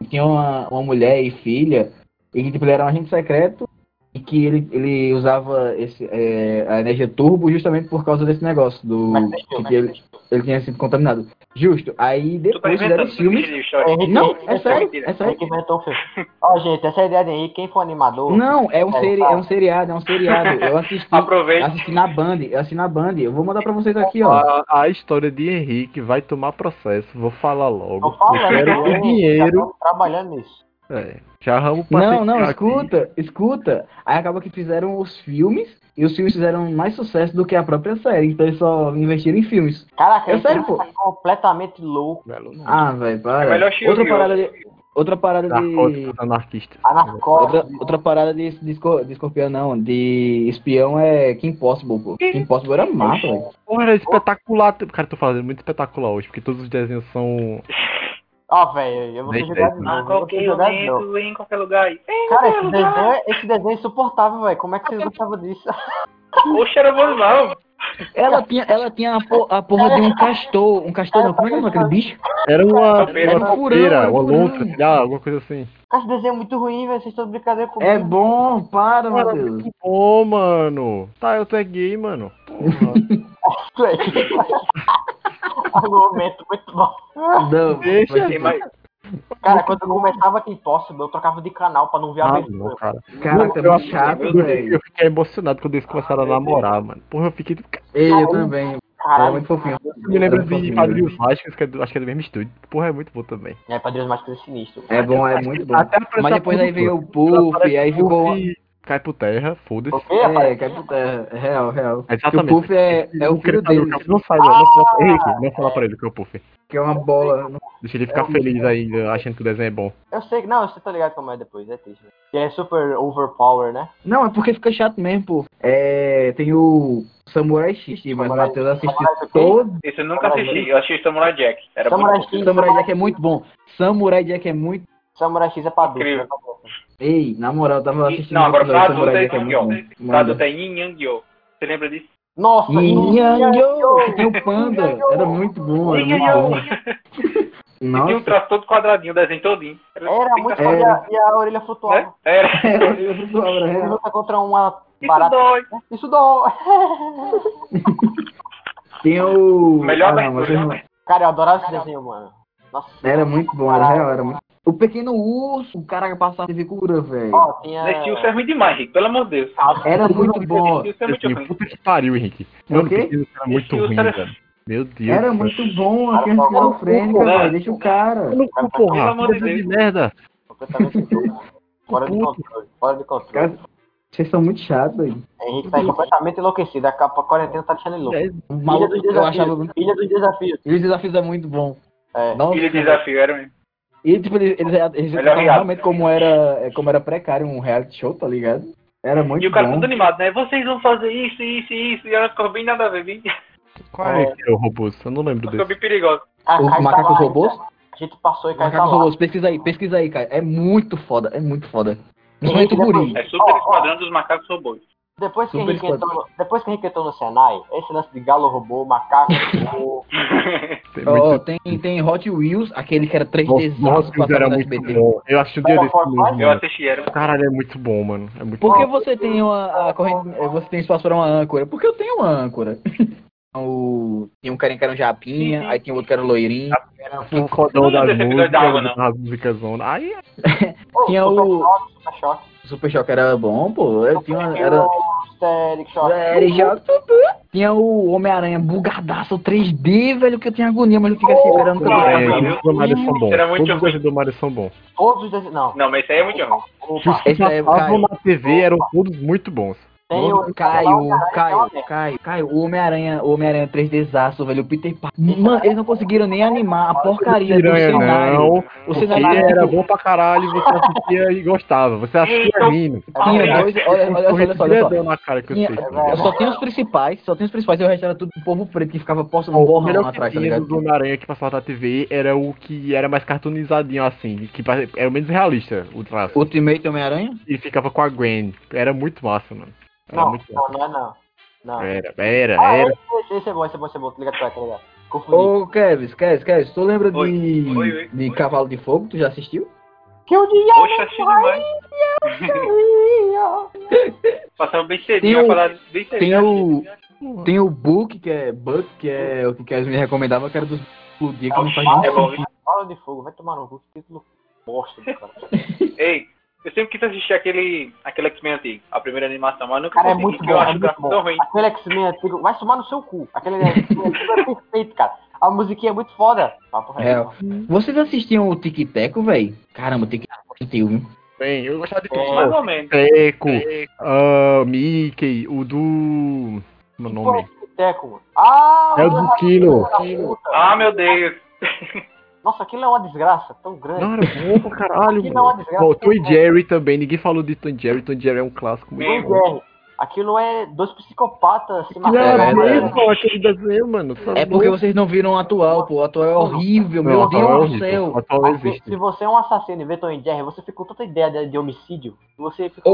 C: tinha uma, uma mulher e filha, e que tipo, ele era um agente secreto e que ele, ele usava esse, é, a energia turbo justamente por causa desse negócio do.
B: Mas deixa eu,
C: Hum, que
B: mas
C: ele,
B: deixa eu.
C: ele tinha sido contaminado. Justo. Aí
D: Tu tá
C: depois fizeram
D: inventando
C: os filmes.
D: de história.
B: Henrique,
C: Não,
B: Henrique,
C: é sério, é sério.
B: Henrique inventou o filme. Ó, gente, essa é ideia aí, quem for animador.
C: Não, é um,
B: Fala,
C: seri
B: fala.
C: é um seriado, é um seriado. Eu assisti,
D: Aproveita.
C: assisti na Band, eu assisti na Band. Eu vou mandar pra vocês aqui, ó.
E: A, a história de Henrique vai tomar processo, vou falar logo.
B: Tô falando,
E: eu quero
C: né?
B: hein,
E: o dinheiro.
B: já tô trabalhando nisso.
E: É, já ramo pra
C: Não, não,
E: secar aqui.
C: escuta, escuta. Aí acaba que fizeram os filmes, e os filmes fizeram mais sucesso do que a própria série. Então eles só investiram em filmes.
B: Caraca,
C: É
B: esse
C: sério,
B: cara
C: pô.
B: tá completamente louco.
E: Belo nome.
C: Ah, velho,
D: É
C: para.
D: melhor Chico
C: outra
D: Rio.
C: parada de. Outra parada
E: Tá,
C: de.
E: Narcóticos anarquistas.
B: A
C: É
B: narcose.
C: Outra, outra parada de, de, esco- de escorpião, não. De espião é Kim Possible, pô. Kim Possible era massa, velho.
E: Porra, era espetacular. Cara, tô fazendo muito espetacular hoje, porque todos os desenhos são.
B: Ó, velho, eu vou ter
E: Deixa
B: jogado de
E: aí.
B: novo.
D: A
B: eu vou ter
D: Ah, qualquer
B: jogado de novo.
D: momento, em qualquer lugar. aí.
B: Cara, esse desenho, esse desenho é insuportável, velho. Como é que vocês gostavam disso? é
D: Oxe, era bom não.
C: Ela tinha, ela tinha a, por- a porra de um castor. Um castor não, como é que é o nome daquele bicho?
E: Era uma,
D: Era
E: uma
C: um furão,
E: feira,
C: era um
E: uma
C: furão.
E: lontra, sei lá, alguma coisa assim.
B: Cara, esse desenho é muito ruim, velho. Vocês estão de brincadeira comigo.
C: É bom, para,
E: Cara,
C: meu Deus.
E: muito bom, mano. Tá, eu tô é gay, mano. Porra.
B: velho. Argumento muito bom.
C: Não, é.
E: Deixa, assim,
C: vai
D: Tem
C: ter-
D: mais.
B: Cara, quando eu começava aqui Impossible, eu trocava de canal pra
C: Tá
B: não ver a
E: Ah,
B: abertura.
E: não, cara.
C: Caraca, é
E: Eu-
C: muito chato, velho. Ah, é
E: Eu fiquei emocionado quando eles começaram a namorar, mano. Porra, eu fiquei.
C: Ei, Eu também. Era
B: Caralho.
C: É muito fofinho.
E: Eu me lembro
C: Era um
E: de
C: fofinho,
E: Padrinhos Mágicos, que é do- acho que é do mesmo estúdio. Porra, é muito bom também.
B: É, Padrinhos Mágicos é sinistro.
C: É bom, é muito bom.
E: Até apareceu
C: Mas
E: a
C: depois
E: Puff.
C: aí veio o Puff, e aí ficou.
E: Puff Cai por terra, foda-se.
B: O quê,
C: É,
B: rapaz?
C: cai por terra. É Real, real. Que o
E: Exatamente.
C: Puff é, é o filho
E: Criador, cara,
C: dele,
E: Não sabe, não fala, Henrique, não fala pra ele que é o Puff.
C: que é uma bola.
E: Deixa ele ficar feliz ainda, achando que o desenho é bom.
B: Eu sei que. Não, você tá ligado como é depois, é triste. velho. Ele é super overpower, né?
C: Não, é porque fica chato mesmo, pô. É, tem o Samurai X, mas o
B: Samurai-
C: Matheus assistiu
B: Samurai do quê?
C: todo.
D: Isso eu nunca assisti. Eu assisti Samurai Jack. Era bom.
B: Samurai X,
C: Samurai Jack é muito bom. Samurai Jack é muito.
B: Samurai X é pra adulto.
D: Incrível.
B: né, pra adulto.
C: Ei, na moral, eu tava
D: E-
C: assistindo.
D: não, agora
C: um episódio de
D: pra
C: Samurai
D: adulto é
C: Jack, é muito
D: Yu-Gi-Oh!
C: bom.
D: Pra
C: Manda.
D: adulto é Yin Yang Yo. Você lembra disso?
B: Nossa,
C: Yin Yang
B: Yin-Yang-Yo!
C: Yo, que tem o panda. Era muito bom, era
D: Yin
C: muito
D: Yang
C: bom.
D: Yo. E tinha um
C: Nossa,
D: traço todo quadradinho, o desenho todinho.
B: Era muito
D: bom.
B: bom e a- e a orelha flutuava.
D: É. Né? Era.
C: era muito bom, era
B: Ele
C: real.
B: luta contra uma
D: Isso
B: barata.
D: dói.
B: Isso dói.
C: Tem o.
D: Melhor
C: ah, não,
D: abertura,
C: vocês não-
D: né?
B: Cara, eu adorava esse desenho, mano. Nossa.
C: Era muito bom, era real, era muito. O pequeno urso, o cara que passava TV cura, velho.
B: Ó, tinha...
D: Nesse filme é ruim demais, Rick. Pelo amor de Deus.
C: Era muito bom.
D: Esse filme é muito
E: Assim,
D: ruim.
E: puta que pariu, Henrique. Mano,
C: o quê?
E: Pequeno era muito
D: Esse
E: ruim,
D: era-
E: velho. Meu Deus.
C: Era
E: do céu.
C: muito bom, a criança esquizofrênica,
D: Cara,
C: velho. Deixa o cara.
E: Não,
D: Pelo
E: porra,
D: amor
E: que
D: de
E: desenho de
D: Deus.
E: merda.
B: Completamente louco. Fora de
E: Puto.
B: controle. Fora de controle.
C: Cara, Vocês são muito chatos, velho.
B: Henrique tá aí completamente enlouquecido. A capa quarentena tá deixando ele louco.
E: É,
C: O
B: Ilha
C: maluco
B: dos
C: eu achava
B: Desafios.
C: muito.
B: Ilha dos Desafios.
C: E os desafios é muito bom.
B: É.
C: Nossa,
D: Filho de desafio, era mesmo.
C: E tipo, eles, eles, eles
D: Melhor
C: tratavam
D: reality.
C: realmente como era, é, como era precário um reality show, tá ligado? Era muito
D: E o cara
C: bom.
D: todo animado, né? Vocês vão fazer isso, isso e isso. E ela ficou bem nada a ver, bem.
E: Qual é que era o robô? Eu não lembro
D: Ficou
E: desse.
D: bem perigosa.
B: Ah,
C: Os
B: Caio
C: macacos
B: Tavares,
C: robôs?
B: né? A gente passou e caiu tá
C: Macacos
B: lá.
C: robôs, pesquisa aí, pesquisa aí, cara. É muito foda, é muito foda.
B: Gente,
C: Muito
B: depois-
C: guri.
D: É super esquadrão dos macacos robôs.
B: Depois que,
C: Super
B: Henrique
C: Squad.
B: entrou, no- depois que Henrique entrou no Senai, esse lance de galo robô, macaco robô...
E: Tem
C: Ó,
E: muito-
C: tem, tem Hot Wheels, aquele que era 3D
E: Nossa,
C: que passava
E: era
C: no
E: muito
C: SBT.
E: bom. Eu acho o dia desse mesmo,
B: Eu
D: Eu
E: mano.
D: assisti, era.
E: Caralho, é muito bom, mano. É muito
C: Por que
E: bom.
C: você tem uma a corrente, eh, você tem espaço para uma âncora? Porque eu tenho uma âncora. o, tinha um carinha que era um japinha, aí tinha outro que era um loirinho.
D: Ah.
E: O fodão
D: Não
E: das
D: lembro desse episódio da água,
E: músicas,
D: não.
E: das músicas zona. Aí,
B: Ô,
C: Tinha
B: Super
C: o-
B: Choque, Super Choque.
C: O Super Choque era bom, pô. Eu tinha uma- era,
B: Steric Choque.
C: era Choque, tutu. Tinha o Homem-Aranha bugadaço 3D, velho, que eu tinha agonia, mas eu fiquei assim, esperando
E: os
D: Caralho,
C: também.
E: desenhos do Mario são bons.
D: Era muito
E: Todos os desenhos do Mario são bons.
B: Todos os desenhos... Não.
D: Não, mas isso aí é muito ruim.
E: Que os
B: Opa.
E: que
C: Essa é-
E: passavam
C: caiu.
E: na TV eram todos muito bons.
B: Tem
D: um
B: o.
C: Caio,
B: lá o caralho, é uma
C: Caio,
B: merda.
C: Caio, Caio, o Homem-Aranha, o Homem-Aranha 3Dzaço, velho, o Peter Parker. Mano, eles não conseguiram nem animar a porcaria do
E: Piranha
C: cenário.
E: não.
C: O é tipo-
E: O
C: cenário
E: que
C: era
E: era bom pra caralho, você assistia e gostava. Você assistia
D: Então,
E: rindo.
C: tipo, Tinha dois, olha, olha, só, olha só, olha só.
E: Correria na cara que eu
C: Tinha-
E: sei. tá
C: Eu só tinha os principais, só tinha os principais e o resto era tudo do povo preto que ficava postando um
E: O
C: borrão
E: melhor que
C: atrás, tá
E: tinha
C: ligado?
E: do Homem-Aranha que passava na TV era o que era mais cartoonizadinho assim, que pare- era menos realista o traço.
C: Ultimate Homem-Aranha?
E: E ficava com a Gwen. Era muito massa, mano. Era
B: Não,
E: muito
B: não, não é não. Não.
E: massa. Era, era,
B: Ah,
E: era.
B: Esse, esse é bom, esse é bom, esse é bom. Liga pra cá, liga. Confundi.
C: Ô, Kevs, Kevs, Kevs, tu lembra de,
D: Oi, oi, oi,
C: de
D: oi.
C: Cavalo de Fogo? Tu já assistiu?
B: Que o dia
D: Poxa, achei demais. é Passava bem
C: Tem
D: cedinho,
C: o-
D: ia falar bem cedinho. assim. É
C: tem o-
D: achei-
C: Tem o Book, que é Buck, que é o que o Kevs me recomendava, que era dos explodir, que não faz
B: Ah,
C: nem
D: É bom,
B: Fala de fogo, vai tomar no cu. Que título bosta, do cara.
D: Ei, eu sempre quis assistir aquele, aquele X-Men antigo, a primeira animação, mas nunca
B: Cara, é
D: consegui,
B: muito
D: porque
B: bom,
D: eu
B: é
D: acho o
B: muito
D: gráfico
B: bom.
D: tão ruim.
B: Aquele X-Men antigo, vai tomar no seu cu. Aquele X-Men antigo é perfeito, cara. A musiquinha é muito foda. Papo reto.
C: Vocês assistiam o Tic Teco, velho? Caramba, é o Tic Teco assistiu, viu?
E: Bem, eu gostava de
D: Mais ou menos.
E: Teco, ah, Mickey, o do. Meu nome.
B: Pô, que teco, mano. Ah,
E: É o do Kilo.
D: Ah, meu Deus.
B: Nossa, aquilo é uma desgraça tão grande.
E: Não, era bom pra caralho,
B: aquilo é uma
E: mano.
B: desgraça.
E: Ó, Tom
B: tão
E: e
B: grande.
E: Jerry também, ninguém falou de Tom e Jerry, Tom e Jerry é um clássico muito
D: Tom e
E: bom.
B: Tom e Jerry. Aquilo é dois psicopatas se
E: Aquilo
C: É,
E: era
C: é,
E: bem,
C: é.
E: pô, aquele desenho, mano. Tá
C: É porque
E: louco.
C: vocês não viram o atual, pô. O atual é horrível,
E: Não,
C: meu
E: atual é
C: Deus do
E: horrível,
C: céu.
E: atual não
B: Assim,
E: existe.
B: se você é um assassino e vê Tom e Jerry, você ficou com tanta ideia de, de homicídio. Você
C: Ô,
B: ficou.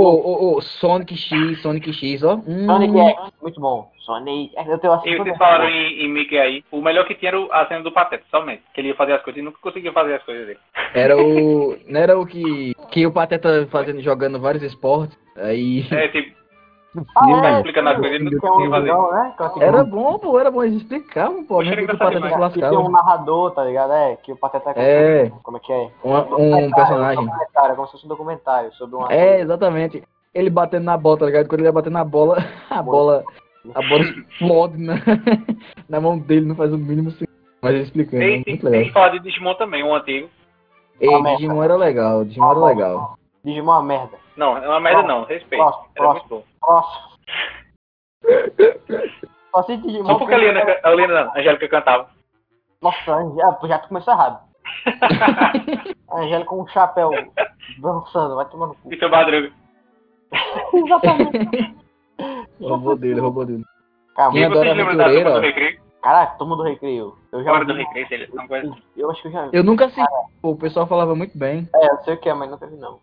C: ô, ô, Sonic X, Sonic X, ó. Hum.
B: Sonic X, muito bom. Sonic X, eu tenho
D: E
B: assistido.
D: vocês falaram em, em Mickey aí, o melhor que tinha era o- a cena do Pateta, somente. Que ele ia fazer as coisas e nunca conseguia fazer as coisas dele.
C: Era o. Não era o que. Que o Pateta fazendo, jogando vários esportes. Aí.
D: É, tipo,
B: Ah, é,
D: explicando as coisas, ele
B: que
D: nunca
B: é um
D: conseguia fazer.
B: vilão, né? Que eu assisti.
C: Era bom, pô, era bom, eles explicavam, pô.
D: Poxa,
C: Mesmo que o
D: engraçado
C: Pateta se
D: demais.
B: E tem um
C: lascava.
B: narrador, tá ligado? É, que o Pateta
C: É.
B: Como é que é?
C: Um, um
B: É um
C: personagem.
B: documentário, é como se fosse um documentário sobre uma.
C: É, exatamente. Ele batendo na bola, tá ligado? Quando ele ia bater na bola, a bola. A bola explode na, na mão dele, não faz o mínimo sentido. Mas ele explicando,
D: Tem,
C: é
D: tem,
C: muito
D: tem que
C: legal.
D: falar de Digimon também, um antigo.
C: Ei,
B: merda.
C: Digimon era legal, Digimon era legal.
B: Digimon é uma merda.
D: Não, é uma merda não, respeito.
B: Próximo,
D: Era muito bom.
B: Próximo. Só assiste Digimon.
D: Só porque a Lena, a Lena não, a Angélica cantava.
B: Nossa, a Angélica, já tu começou errado. A Angélica com um chapéu dançando, vai tomando cu.
D: e seu Madruga.
C: um
B: Exatamente.
C: Roubou dele, roubou dele.
B: Cara,
C: Quem
D: E
B: muito-
C: adora
D: vocês lembram da
C: aventureira,
D: turma do
C: ó.
D: recreio?
B: Caraca, turma do recreio. Eu já
D: Hora do
B: vi-
D: recreio, sei lá, são coisas.
B: Eu acho que eu já vi.
C: Eu nunca assisti, pô, o pessoal falava muito bem.
B: É, eu sei o que é, mas nunca vi não.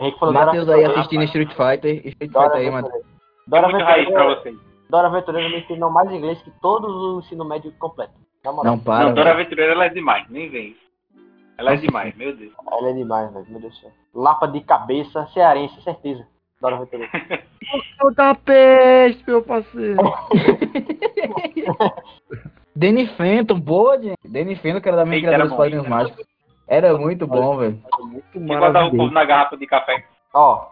B: Henrique falou
C: Matheus aí
B: Dora-
C: assistindo Street Fighter. Street
B: Dora
C: Fighter aí, Matheus.
B: Aventureira.
D: É
B: Dora
D: muito raiz pra
B: Aventureira.
D: vocês.
B: Dora Aventureira me ensinou mais inglês que todo o ensino médio completo. Na moral,
C: Não, para.
D: Não, Dora
C: velho.
D: Aventureira ela é demais, nem vem. Ela é demais, meu Deus.
B: ela é demais, velho. Meu Deus do céu. Lapa de cabeça, cearense, certeza. Dora Aventureira.
E: Eu da peste, meu parceiro.
C: Danny Fenton, boa, gente. Danny Fenton, que era da minha
D: Eita,
C: criadora
D: era
C: dos
D: bom,
C: quadrinhos
D: eita.
C: mágicos. Era muito bom, velho.
E: Muito
D: E botava o povo
E: maravilhoso.
D: na garrafa de café.
B: Ó,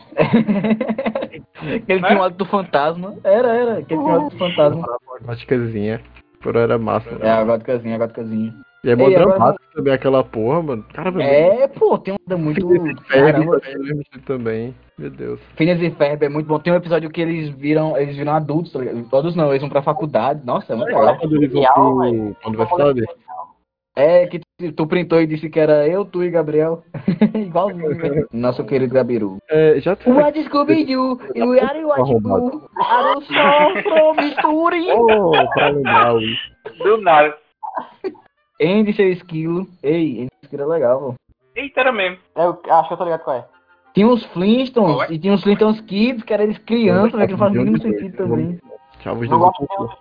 C: Ele tinha um lado do fantasma. Era, era. Ele tinha um lado do fantasma.
E: Góticazinha. Por era massa,
C: É,
E: né?
C: a góticazinha, a góticazinha.
E: E é mó
C: Ei, agora-
E: dramático também aquela porra, mano. Caramba,
C: É, pô, tem uma muito.
E: Esse
C: Caramba,
E: Ferg também, também. Meu Deus.
C: Phineas e Ferb é muito bom. Tem um episódio que eles viram, eles viram adultos, tá ligado? Todos não, eles vão pra faculdade. Nossa, é muito legal.
E: Quando eles vão
B: Real,
E: pro pra universidade,
C: É, que tu, tu printou e disse que era eu, tu e Gabriel. Igualzinho, velho. Nosso querido Gabiru.
E: é, já tu
C: What Scooby-Doo? You are what Scooby-Doo? I don't show from Missouri.
E: oh, pra lembrar o
D: Do nada.
C: Andy, seu esquilo. Ei, Andy, esquilo é legal, pô.
D: Eita, era mesmo.
B: eu acho que eu tô ligado qual é.
C: Tinha os Flintstones
D: Ué?
C: e tinha os Flintstones Kids, que eram eles crianças, né? Que não faz o mínimo
E: Johnny
C: sentido
E: Depp,
C: também.
E: Gostava
B: Não
E: do-
B: gosto de nenhum dos dois.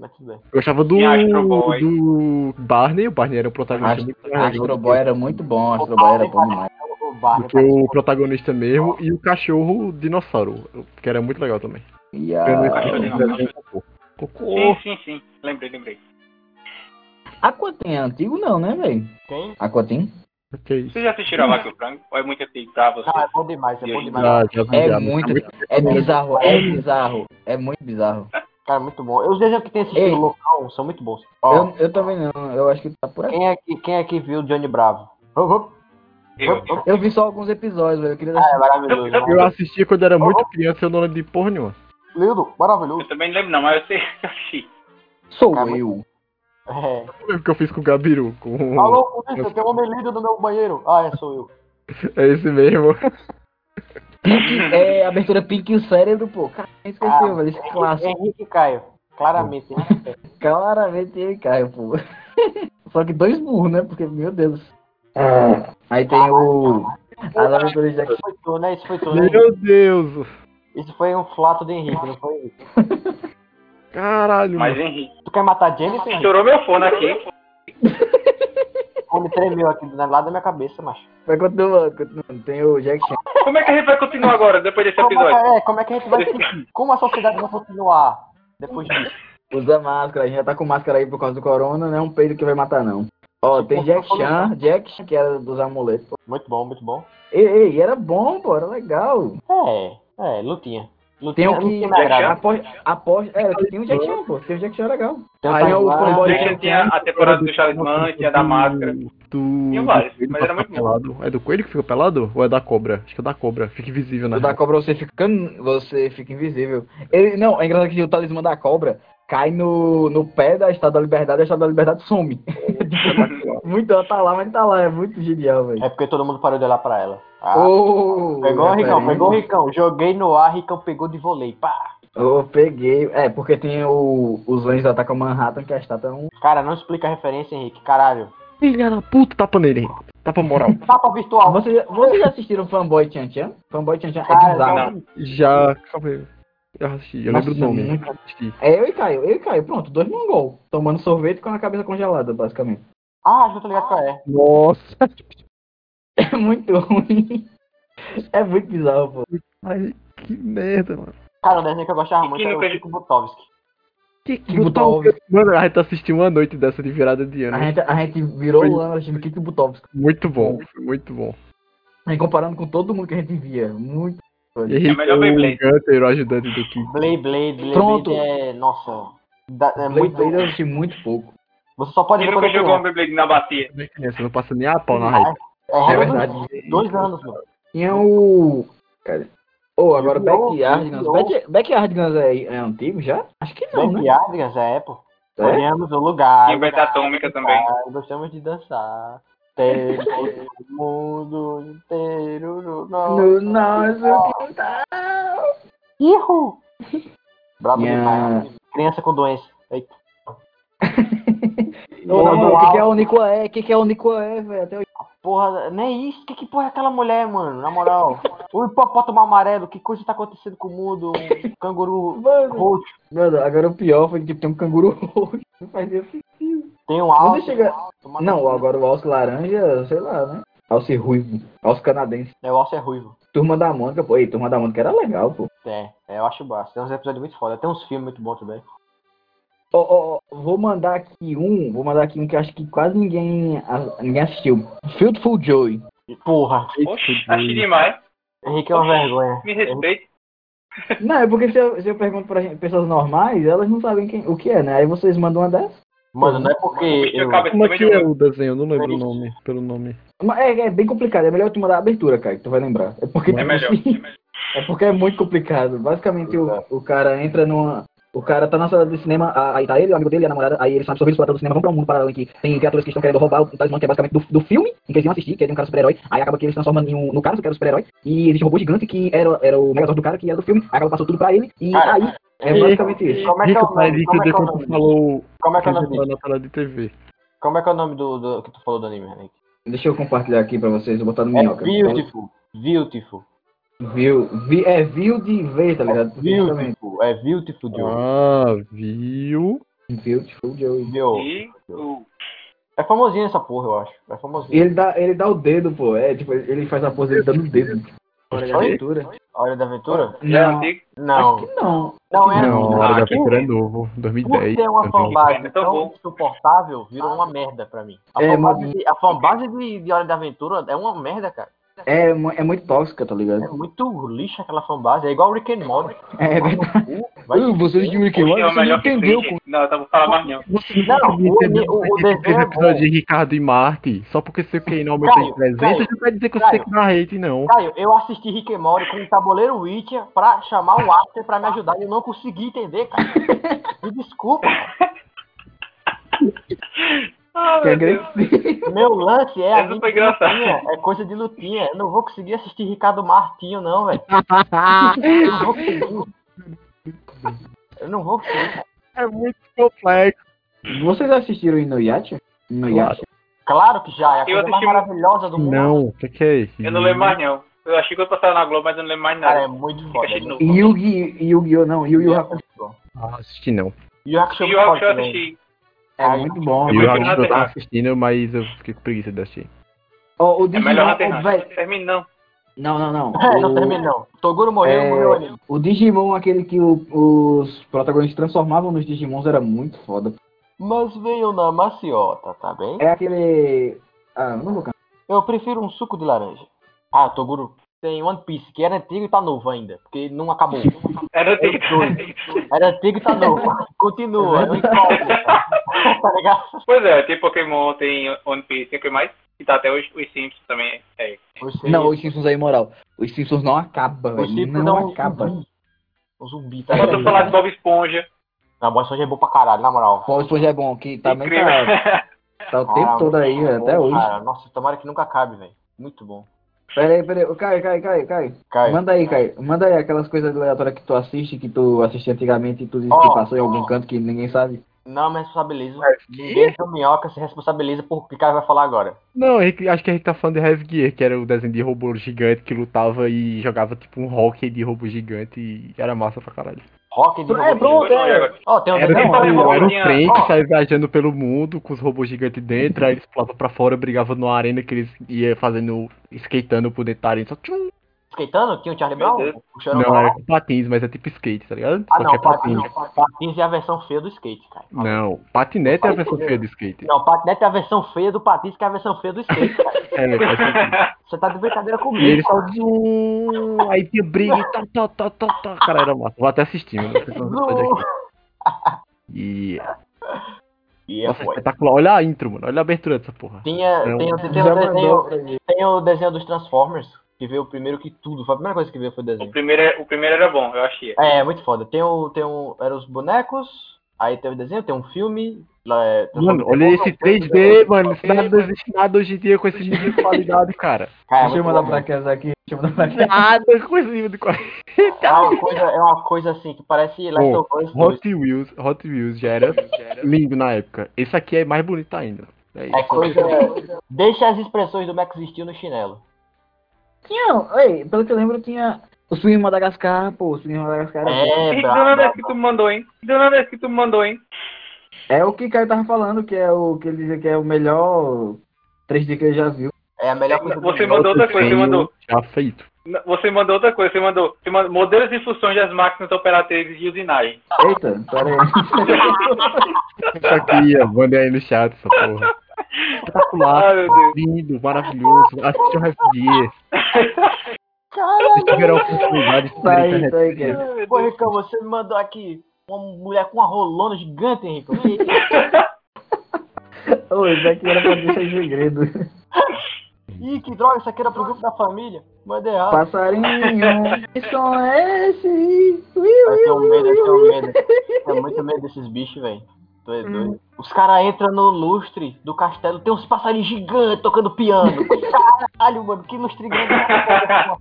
B: Mas tudo bem.
E: Eu gostava do,
D: E Astro Boy.
E: do Barney, o Barney era o protagonista.
C: Astro,
E: muito legal.
C: Astro Boy era muito bom, Astro Boy era bom demais.
B: O- O bar.
E: do que o protagonista mesmo e o cachorro dinossauro, que era muito legal também.
C: E
E: Eu
C: a...
E: não
D: Cachorro
E: entendi.
D: Sim,
B: Oh.
E: Cocô.
D: sim, sim. Lembrei, lembrei.
C: Aquatim é antigo não, né, velho?
B: Quem?
C: Aquatim?
E: Que isso?
D: Vocês já assistiram a Vaca e o Frango? Ou é muito antigo pra vocês?
B: Não, é bom demais, é bom demais.
E: Ah, já vi,
C: É
E: já, mas
C: muito,
E: tá
C: é bizarro, é bizarro, é muito bizarro.
B: Cara, é muito bom. Os desenhos que tem
C: Ei.
B: assistido local são muito bons. Ó,
C: Eu, eu também não, eu acho que tá por aqui.
B: quem é que, quem é que viu Johnny Bravo? Hop, hop.
D: Eu, eu.
C: Eu vi só alguns episódios, velho, eu queria
B: Ah, é
C: assistir.
B: maravilhoso.
E: Eu assistia quando era muito criança e eu não lembro de porra nenhuma.
B: Lindo, maravilhoso.
D: Eu também não lembro não, mas eu sei que eu assisti.
C: Sou
B: Calma.
C: eu.
B: É.
E: Eu lembro que eu fiz com o Gabiru. Com...
B: Alô, polícia, tem um homem lindo no meu banheiro. Ah, é, sou eu.
E: É esse mesmo.
C: Pink, é, abertura Pink e o cérebro, pô. Cara, esqueceu,
B: Ah,
C: velho.
E: É
C: Esse clássico.
B: Henrique e Caio. Claramente, né?
C: Claramente ele caiu, pô. Só que dois burros, né? Porque, meu Deus. Aí tem o. As aventuras de Jack.
B: Isso foi tu, né? Isso foi tu, né?
E: Meu Deus.
B: Isso foi um flato do Henrique, não foi isso?
E: Caralho,
D: Mas
E: mano.
D: Henrique,
B: Tu quer matar James, Henrique?
D: estourou meu fone aqui.
B: O homem tremeu aqui do lado da minha cabeça, macho.
C: Vai continuando, continuando. Tem o Jack Chan.
D: Como é que a gente vai continuar agora, depois desse
B: Como
D: episódio?
B: é, como é que a gente vai seguir? Como a sociedade vai continuar depois disso?
C: Usa máscara, a gente já tá com máscara aí por causa do corona, não é um peido que vai matar, não. Ó, tem Jack Chan, Jack Chan, que era dos amuletos. pô.
B: Muito bom, muito bom.
C: Ei, ei, era bom, pô, era legal.
B: É, é, lutinha.
C: Tem
B: Lutinha
C: o que.
B: lutinha me agrada.
C: Após, após, é, tem o Jack Chan, pô. Tem o Jack Chan legal.
B: Tem o
C: Aí é o
B: Taiwan,
C: fanboy
B: tem-
D: Jack tinha a temporada do Talismã, tinha da máscara.
E: Do...
D: Tinha vários,
E: do coelho
D: mas
E: pra ficar
D: era muito
E: pelado. É do coelho que fica pelado? Ou é da cobra? Acho que é da cobra. Fica invisível, né?
C: O da cobra você fica, você fica invisível. Ele, não, é engraçado que o talismã da cobra cai no, no pé da Estátua da Liberdade e a Estátua da Liberdade some. muito, ela tá lá, mas tá lá. É muito genial, velho.
B: É porque todo mundo parou de olhar pra ela. Ah,
C: Ô,
B: pegou o Ricão,
C: referência.
B: pegou o Ricão. Joguei no ar, Ricão pegou de volei. Pá!
C: Ô, peguei. É, porque tem o, os anjos atacam Manhattan, que a estátua é um.
B: Cara, não explica a referência, Henrique. Caralho.
E: Filha da puta, tapa nele. Tapa moral.
B: Papa virtual.
C: Vocês, já- vocês já assistiram Fanboy Chan Chan? Fanboy Chan Chan é
B: Cara,
C: bizarro.
B: Ah, não.
E: Já. Calma aí. Eu assisti, eu
C: Nossa,
E: lembro o nome.
C: muito.
E: Assisti.
C: É eu e Caio, eu e Caio, pronto, dois mongol, tomando sorvete com a cabeça congelada, basicamente.
B: Ah, já tô ligado qual é.
E: Nossa.
C: É muito ruim. É muito bizarro, pô.
E: Ai, que merda, mano.
B: Cara, o desenho que eu gostava muito era o
D: nunca-
B: Chico Butovski.
E: Que que
C: Butovski.
E: um Mano, a gente assistiu uma noite dessa de virada de ano.
C: A gente, a gente virou
E: Foi.
C: lã assistindo Kiki Butovski.
E: Muito bom, foi muito bom.
C: E comparando com todo mundo que a gente via. Muito.
E: E Henrique,
D: melhor Beyblade.
E: o Gunter, o ajudante do Kid.
B: Blade, Blade, Blade,
C: Pronto.
B: Blade é... Nossa. Da- é
C: Blade
B: muito...
C: Blade eu assisti muito pouco.
B: Você só pode
D: Quem
B: ver
D: nunca
B: quando
D: jogou um
B: criança.
D: Beyblade na bacia?
E: Também criança, não passa nem a pau na raiva.
B: É,
C: É
B: realmente,
C: verdade.
B: Dois anos, mano.
C: Tinha é o. Cara. Oh, agora
B: Yu-Gi-Oh!
C: Backyard Guns.
B: Yu-Gi-Oh!
C: Back- Backyard Guns é, é antigo já? Acho que não,
B: Blade
C: né?
B: Adrian já é, pô.
C: É?
B: Olhamos o lugar.
D: Tinha Beta Atômica também.
B: Ah, Gostamos de dançar. Tem todo mundo inteiro no nosso.
C: No nosso quintal.
B: Erro! Brabo
C: Yeah.
B: demais. Criança com doença. Eita.
C: Ô, na
B: Mano,
C: moral, O que, que é o
B: alto.
C: Nicoé? O que, que é o Nicoé, velho? Até hoje.
B: Porra, nem isso. Que, que porra é aquela mulher, mano? Na moral. o hipopótamo amarelo. Que coisa tá acontecendo com o mundo? Um canguru
C: Mano,
B: roxo.
C: mano, agora o pior foi que tipo, tem um canguru roxo. Não faz nem sentido.
B: Tem um alce.
C: chega-
B: um alce, uma-
C: Não, agora o Alce Laranja, sei lá, né? Alce Ruivo. Alce Canadense.
B: É, o alce é ruivo.
C: Turma da Mônica, pô. Ei, Turma da Mônica era legal, pô.
B: É, é, eu acho baixo. Tem uns episódios muito foda. Tem uns filmes muito bons também.
C: Ó, ó, ó, vou mandar aqui um, vou mandar aqui um que eu acho que quase ninguém, a- ninguém assistiu. Fieldful Joy.
B: E, porra,
D: Oxe, achei demais.
B: Henrique é uma vergonha.
D: Me respeite.
C: Não, é porque se eu, se eu pergunto pra gente- pessoas normais, elas não sabem quem, o que é, né? Aí vocês mandam uma dessas.
B: Mano, não é porque.
D: Puxa a
B: Eu...
D: cabeça
E: Como é
D: também
E: que
D: de
E: é
D: um-
E: o desenho? Eu não lembro o nome, pelo nome.
C: Mas é, é bem complicado, é melhor tu mandar a abertura, cara, que tu vai lembrar. É porque,
D: É
C: tipo
D: melhor.
C: assim, é porque é muito complicado. Basicamente, o, o cara entra numa. O cara tá na sala de cinema, a- aí tá ele, o amigo dele, e a namorada, aí eles são absorvidos pela tela do cinema, vão pra um mundo paralelo em que tem criaturas que estão querendo roubar o talismã, que é basicamente do, do filme, em que eles iam assistir, que é de um cara super-herói, aí acaba que eles se transformam em um, no cara que era super-herói, e existe um robô gigante que era, era o megazord do cara, que era do filme, aí acaba passou tudo pra ele, e
B: Cara,
C: aí é basicamente isso.
B: Como é que é o
E: Rico,
B: nome?
E: parece
B: Como é que
E: entender
B: é o
E: quando tu
B: nome?
E: falou
B: Como é que
E: que
B: é o nome
E: ele
B: dele?
E: na tela de TV.
B: Como é que é o nome do, do- que tu falou do anime, Henrique?
C: Deixa eu compartilhar aqui pra vocês, vou botar no
B: É
C: minhoca.
B: Beautiful. Beautiful.
C: View, vi, é view de ver, tá ligado? Justamente.
B: Beautiful. É Beautiful Joe.
E: Ah, viu?
C: Beautiful Joey.
B: Joe.
D: E o
B: É famosinho essa porra, eu acho. É
C: E
B: famosinho.
C: ele dá, ele dá o dedo, pô. É, tipo, ele faz a pose ele dando o dedo. Hora de
B: Oi?
C: aventura?
B: A Hora da Aventura?
D: já é
C: Não,
D: antigo.
C: acho
B: Não.
C: que não.
B: Não é
E: Não, a Hora da
D: que
E: Aventura é novo,
B: Por
E: 2010.
B: ter uma
E: 2011.
B: fanbase
D: Tá
B: tão
D: bom.
B: insuportável, virou uma merda pra mim. A
C: É,
B: fanbase,
C: mas-
B: de, a fanbase de, de Hora da Aventura é uma merda, cara.
C: É, mu- é muito tóxica, tá
B: É
C: ligado?
B: muito lixo aquela fanbase. É igual o Rick and Morty.
C: É verdade.
B: Vai
E: Ah,
F: Ô, Você de Mickey
D: Hoje
F: Mouse,
D: é o
F: você não
D: melhor que
F: entendeu,
D: tem,
F: pô.
D: gente. Não, eu tava falando mais não.
E: Você não,
B: Não,
E: conseguiu
B: o-
E: entender
B: o- o
E: o
B: desenho é
E: episódio de
B: bom.
E: Ricardo e Marte, só porque seu QI não aumentou em
B: Caio,
E: 300,
B: Caio,
E: não quer dizer que você
B: Caio.
E: tem que dar hate, não.
B: Caio, eu assisti Rick and Morty com o tabuleiro Witcher pra chamar o Arthur pra me ajudar e eu não consegui entender, cara. Me desculpa. cara.
D: Ah,
C: Que
D: meu Deus.
C: agressivo.
B: Meu lance é
D: Essa
B: anime
D: foi
B: de
D: engraçada.
B: lutinha, é coisa de lutinha. Eu não vou conseguir assistir Ricardo Martinho, não, velho. Eu não vou conseguir. Eu não vou conseguir. cara.
E: É muito complexo.
C: Vocês assistiram Inuyasha? Inuyasha?
B: Claro que já, é a
D: Eu
B: coisa mais
D: assisti-
B: maravilhosa do mundo.
E: Não, o que, que é isso?
D: Eu não lembro mais não. Eu achei que eu passava na Globo, mas eu não lembro mais
B: Cara,
D: nada.
B: é muito foda.
D: achei de
B: né?
D: novo.
C: Yugi, Yu-Gi-Oh! Não, Yu Yu Hakusho.
E: Ah, assisti não.
B: E o Hakusho
D: E
B: é
D: o Rock eu
B: foda também.
D: assisti.
C: É muito bom.
E: E o
D: prefiro
E: Hakusho eu tava
D: Hunter.
E: assistindo, mas eu fiquei com preguiça de assistir.
C: Ó, o
D: É
C: Digimon,
D: melhor
C: ó,
D: Hunter x Hunter.
C: velho.
D: Não termina não.
C: Não, não, não.
B: É, não
C: O-
B: termina não. Toguro morreu,
C: É.
B: morreu ali.
C: O Digimon, aquele que o- os protagonistas transformavam nos Digimons, era muito foda.
B: Mas veio na maciota, tá bem?
C: É aquele. Ah, não vou cantar.
B: Eu prefiro um suco de laranja. Ah, Toguro tem One Piece, que era antigo e tá novo ainda, porque não acabou.
D: Era
B: É doido.
D: de...
B: Era antigo e tá novo.
C: É
B: Continua, não importa. tá ligado?
D: Pois é, tem Pokémon, tem One Piece, tem o que mais? E tá até os, os Simpsons também. É.
B: Você-
C: Não, os Simpsons é imoral. Os Simpsons não acaba,
B: você
C: velho.
B: dá
C: Não
B: um
C: acaba.
B: zumbi. Um zumbi, tá
D: Falta falar de
B: ligado?
D: Bob Esponja.
B: Na boa, só já é bom pra caralho, na moral.
C: Bob Esponja é bom, que também
D: Incrível.
C: tá, tá o tempo
B: Ah,
C: todo aí, velho, até
B: bom,
C: hoje.
B: cara. Nossa, tomara que nunca acabe, velho. Muito bom.
C: Pera aí, pera aí. Ô, Caio, Caio, Caio, Caio.
B: Caio.
C: Manda aí, Caio. Manda aí aquelas coisas aleatórias que tu assiste, que tu assistia antigamente e tu diz
B: Ó,
C: que passou em algum
B: ó.
C: canto que ninguém sabe.
B: Não me responsabilizo. Ninguém do minhoca se responsabiliza por o que o cara vai falar agora.
E: Não, Henrique- acho que a gente tá falando de Heavy Gear, que era o desenho de robô gigante que lutava e jogava tipo um hockey de robô gigante e era massa pra caralho.
B: Rock de
C: É, pronto, é.
B: Ó, tem um
E: Era,
B: desenho
E: tipo,
D: não,
B: maneiro.
E: era um
D: tinha-
E: trem
B: ó.
E: que saía viajando pelo mundo com os robôs gigantes dentro, aí eles pulavam pra fora, brigavam numa arena que eles iam fazendo, skatando por dentro da arena, só tchum.
B: Skateando? Tinha o Charlie
D: Meu
B: Brown?
D: Deus.
B: O
E: Não,
B: Chorão Brown?
E: era com patins, mas é tipo skate, tá ligado?
B: Ah,
E: Só
B: não,
E: que é patins.
B: patins. Patins é a versão feia do skate, cara.
E: Não, patinete é a versão feia do skate.
B: Não, patinete é a versão feia do patins, que é a versão feia do skate, cara.
E: É, faz sentido.
B: Você tá de brincadeira
E: E
B: comigo,
E: eles
B: cara.
E: só zoom, um? aí tinha briga e tal, tal, tal, tal, tal. Cara, era massa. Vou até assistir, mano. Vocês vão ver isso aqui. E
B: E é,
E: nossa, um
B: foi.
E: espetacular. Olha a intro, mano. Olha a abertura dessa porra.
B: Tinha,
E: Não.
B: tem, o- tem,
C: Já
B: o
C: mandou
B: desenho,
C: pra mim.
B: tem o desenho dos Transformers, que veio primeiro que tudo. Foi a primeira coisa que veio foi o
D: O
B: desenho.
D: primeiro, é- o primeiro era bom, eu achei.
B: É, muito foda. Tem o. Tem o. Eram os bonecos, aí tem o desenho, tem um filme. lá é-
E: Mano,
B: Transformers
E: olha
B: Evolution,
E: esse
B: tem o
E: 3D,
B: desenho.
E: mano. Isso nada não existe nada hoje em dia com esse nível de qualidade, cara.
B: Cara, é
C: Deixa eu
B: muito
C: mandar
B: bom,
C: pra
B: mano.
C: casa aqui. Deixa eu mandar pra casa.
E: Nada com esse nível de qualidade.
B: é uma coisa É uma coisa assim que parece Last
E: Ô,
B: of Us 2.
E: Hot Wheels, Hot Wheels já era lindo na época. Esse aqui é mais bonito ainda. É
B: É
E: isso.
B: coisa. Deixa as expressões do Max Steel no chinelo.
C: Tinha, ei, pelo que eu lembro, tinha o Swing Madagascar, pô, o Swing Madagascar era-
B: É,
D: E do
B: brabo.
D: nada que tu me mandou, hein? Do nada que tu me mandou, hein?
C: é. o que o Caio tava falando, que é o que ele dizia que é o melhor 3D que ele já viu.
B: É a melhor coisa
D: Você
B: do mundo.
D: mandou outra coisa, você
E: Desenho
D: mandou.
E: Já feito.
D: N- Você mandou outra coisa, você mandou, você mandou modelos e funções das máquinas operatriz de usinagem.
C: Eita, pera aí.
E: Isso aqui, ó. Mandei aí no chat essa porra. Espetacular.
D: Ah, meu Deus.
E: lindo, maravilhoso. Assiste o Refugee. Vocês tiveram a oportunidade de
C: Tá
E: experimentar
C: aí, tá aí, Caio.
D: Ah, meu
B: Pô,
D: Deus.
B: Ricão, você me mandou aqui uma mulher com uma rolona gigante, Henrique.
C: Ô, isso aqui era pra deixar em segredo.
B: Ih, que droga, isso aqui era pro grupo da família. Mandei errado.
C: Passarinho, que som é esse? Ui, ui,
B: Eu tenho
C: ui,
B: é um medo, eu
C: ui,
B: tenho
C: ui.
B: medo. Eu tenho muito medo desses bichos, velho. Tu
D: Hum.
B: é doido. Os caras entram no lustre do castelo, tem uns passarinhos gigantes tocando piano. Caralho, mano, que lustre grande. é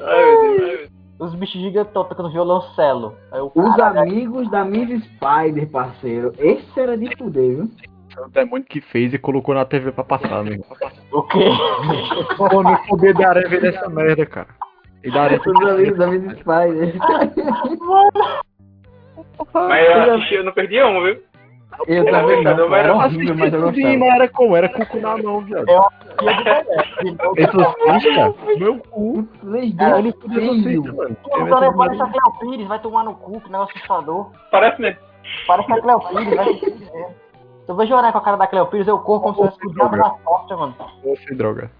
D: Ai, meu Deus.
B: Os bichos gigantão tocando violoncelo. Aí eu,
C: Os
B: caralho,
C: amigos da Miss Spider, parceiro. Esse era de fuder, viu?
E: O demônio que fez e colocou na TV pra passar, né? meu irmão.
B: o quê?
E: Pô, não poder da areia ver dessa merda, cara. E da areia.
C: Os amigos da Miss Spider.
D: Mas eu assisti, eu não perdi um, viu?
C: Eu também não, pô, era horrível, mas eu
E: Assisti,
C: gostava.
E: mas era como? Era cuco na mão, viado.
B: Então,
E: é Exorcista? Meu cu.
B: Cara,
C: Ele
B: ele
E: Exorcista, mano.
B: Pô,
E: Exorcista,
B: cara,
D: é
B: parece
E: mano.
B: a Cleo né, Pires, vai tomar no cu, que negócio assustador.
D: Parece mesmo.
B: Parece é a Cleo Pires, vai se fuder. Se né? É. eu vejo olhar com a cara da Cleo Pires, eu corro como se fosse o
E: é
B: diabo da sorte, mano.
E: Você, droga.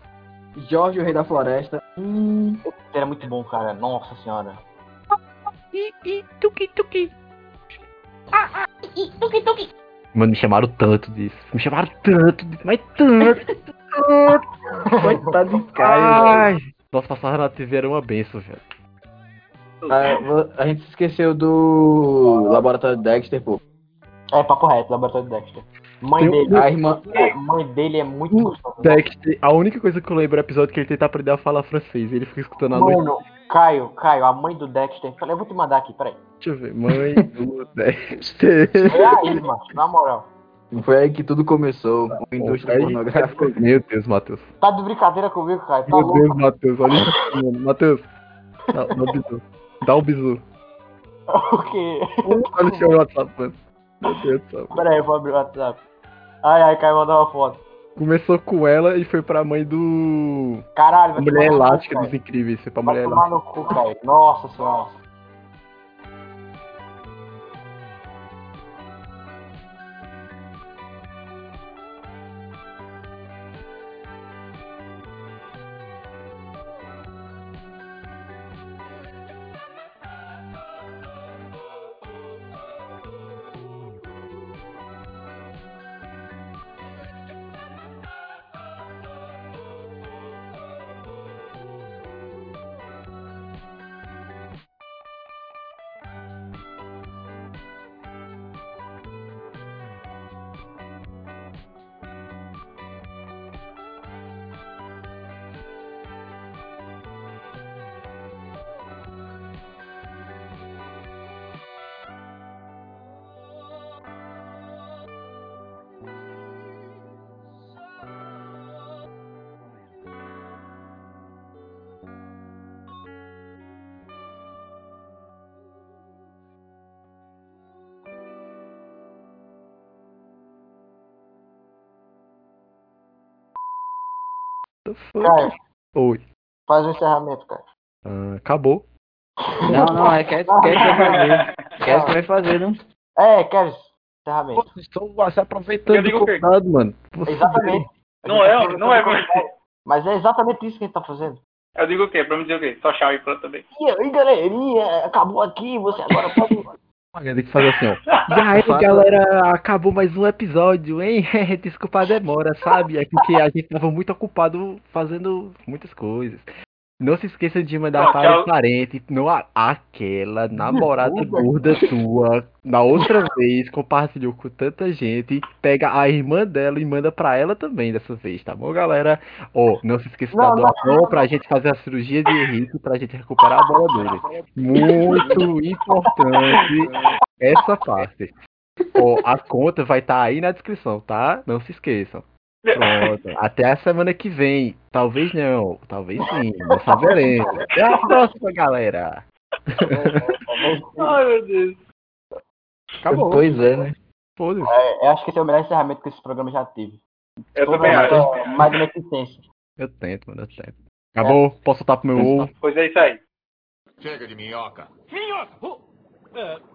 C: Jorge, o Rei da Floresta. Hum,
B: Era muito bom, cara. Nossa senhora.
F: I, I, tuki, tuki.
A: Tuki, tuki.
E: Mano, me chamaram tanto disso. Me chamaram tanto disso, mas tanto, tanto.
C: Coitado de Caio.
E: Ai. Nossa, passar na TV era uma benção, velho.
C: Ah, vo- a gente se esqueceu do Laboratório Dexter, pô.
B: É, papo reto, laboratório do Dexter. Mãe
E: Tem um-
B: dele.
C: A irmã.
B: Pô, mãe dele é muito
E: O
B: gostosa.
E: Dexter, a única coisa que eu lembro é o episódio que ele tenta aprender a falar francês. Ele fica escutando a noite.
B: Mano, Caio, Caio, a mãe do Dexter. Peraí, eu vou te mandar aqui, peraí.
E: Deixa eu ver. Mãe do Dexter.
B: É aí, mano, na moral.
C: Foi aí que tudo começou. A indústria
E: Aí-
C: pornográfica.
E: Meu Deus, Matheus.
B: Tá de brincadeira comigo, Caio? Tá
E: Meu
B: louco?
E: Deus, Matheus. Olha isso aqui, mano. Matheus. Dá, dá o bisu. Dá o bisu.
B: O quê?
E: Olha o seu WhatsApp, mano. Meu Deus do céu.
B: Peraí, eu vou abrir o WhatsApp. Ai, ai, Caio, mandou uma foto.
E: Começou com ela e foi pra mãe do.
B: Caralho,
E: A
B: vai
E: mulher
B: tomar no cu,
E: elástica
B: Caio.
E: dos incríveis. Foi pra
B: Vai
E: mulher elástica.
B: tomar no cu, Caio. Nossa senhora. Caio,
E: Oi.
B: faz o encerramento, Caio.
E: Ah, acabou.
C: Não, não, é Cass Cass que vai fazer. Cass que vai fazer, né?
B: É, Keres, encerramento.
E: Vocês estão se aproveitando
D: Eu digo
E: do
D: o quê?
E: convidado, mano. Vocês-
B: Exatamente.
D: Não é, não é.
B: Mas é exatamente isso que a gente tá fazendo.
D: Eu digo o quê? Pra me dizer o quê? Só tchau e pronto também.
B: E aí, galerinha, acabou aqui, você agora pode...
E: Tem que fazer assim, ó. E aí,
D: um
C: Fala.
E: galera, acabou mais um episódio, hein? Desculpa a demora, sabe? É porque a gente tava muito ocupado fazendo muitas coisas. Não se esqueça de mandar
D: Não,
E: para
D: tchau.
E: o parente, não a- aquela namorada gorda sua, na outra vez, compartilhou com tanta gente, pega a irmã dela e manda pra ela também dessa vez, tá bom, galera? Ó, não se esqueça da
B: Não, não.
E: doação pra gente fazer a cirurgia de Henrique, pra gente recuperar a bola dele. Muito importante essa parte. Ó, a conta vai estar aí na descrição, tá? Não se esqueçam. Pronto. Até a semana que vem. Talvez não. Talvez sim. Não saberemos. Até a próxima, galera.
D: Ai, meu Deus.
E: Acabou.
C: Pois é, né?
E: Foda-se.
B: É, eu acho que esse é o melhor encerramento que esse programa já teve.
D: Eu
B: Toda
D: também acho.
B: essa magnificência.
E: Eu tento, mano. Eu tento. Acabou. Posso soltar pro meu ovo.
D: Pois é isso aí.
G: Chega de minhoca.
F: Minhoca! Uh,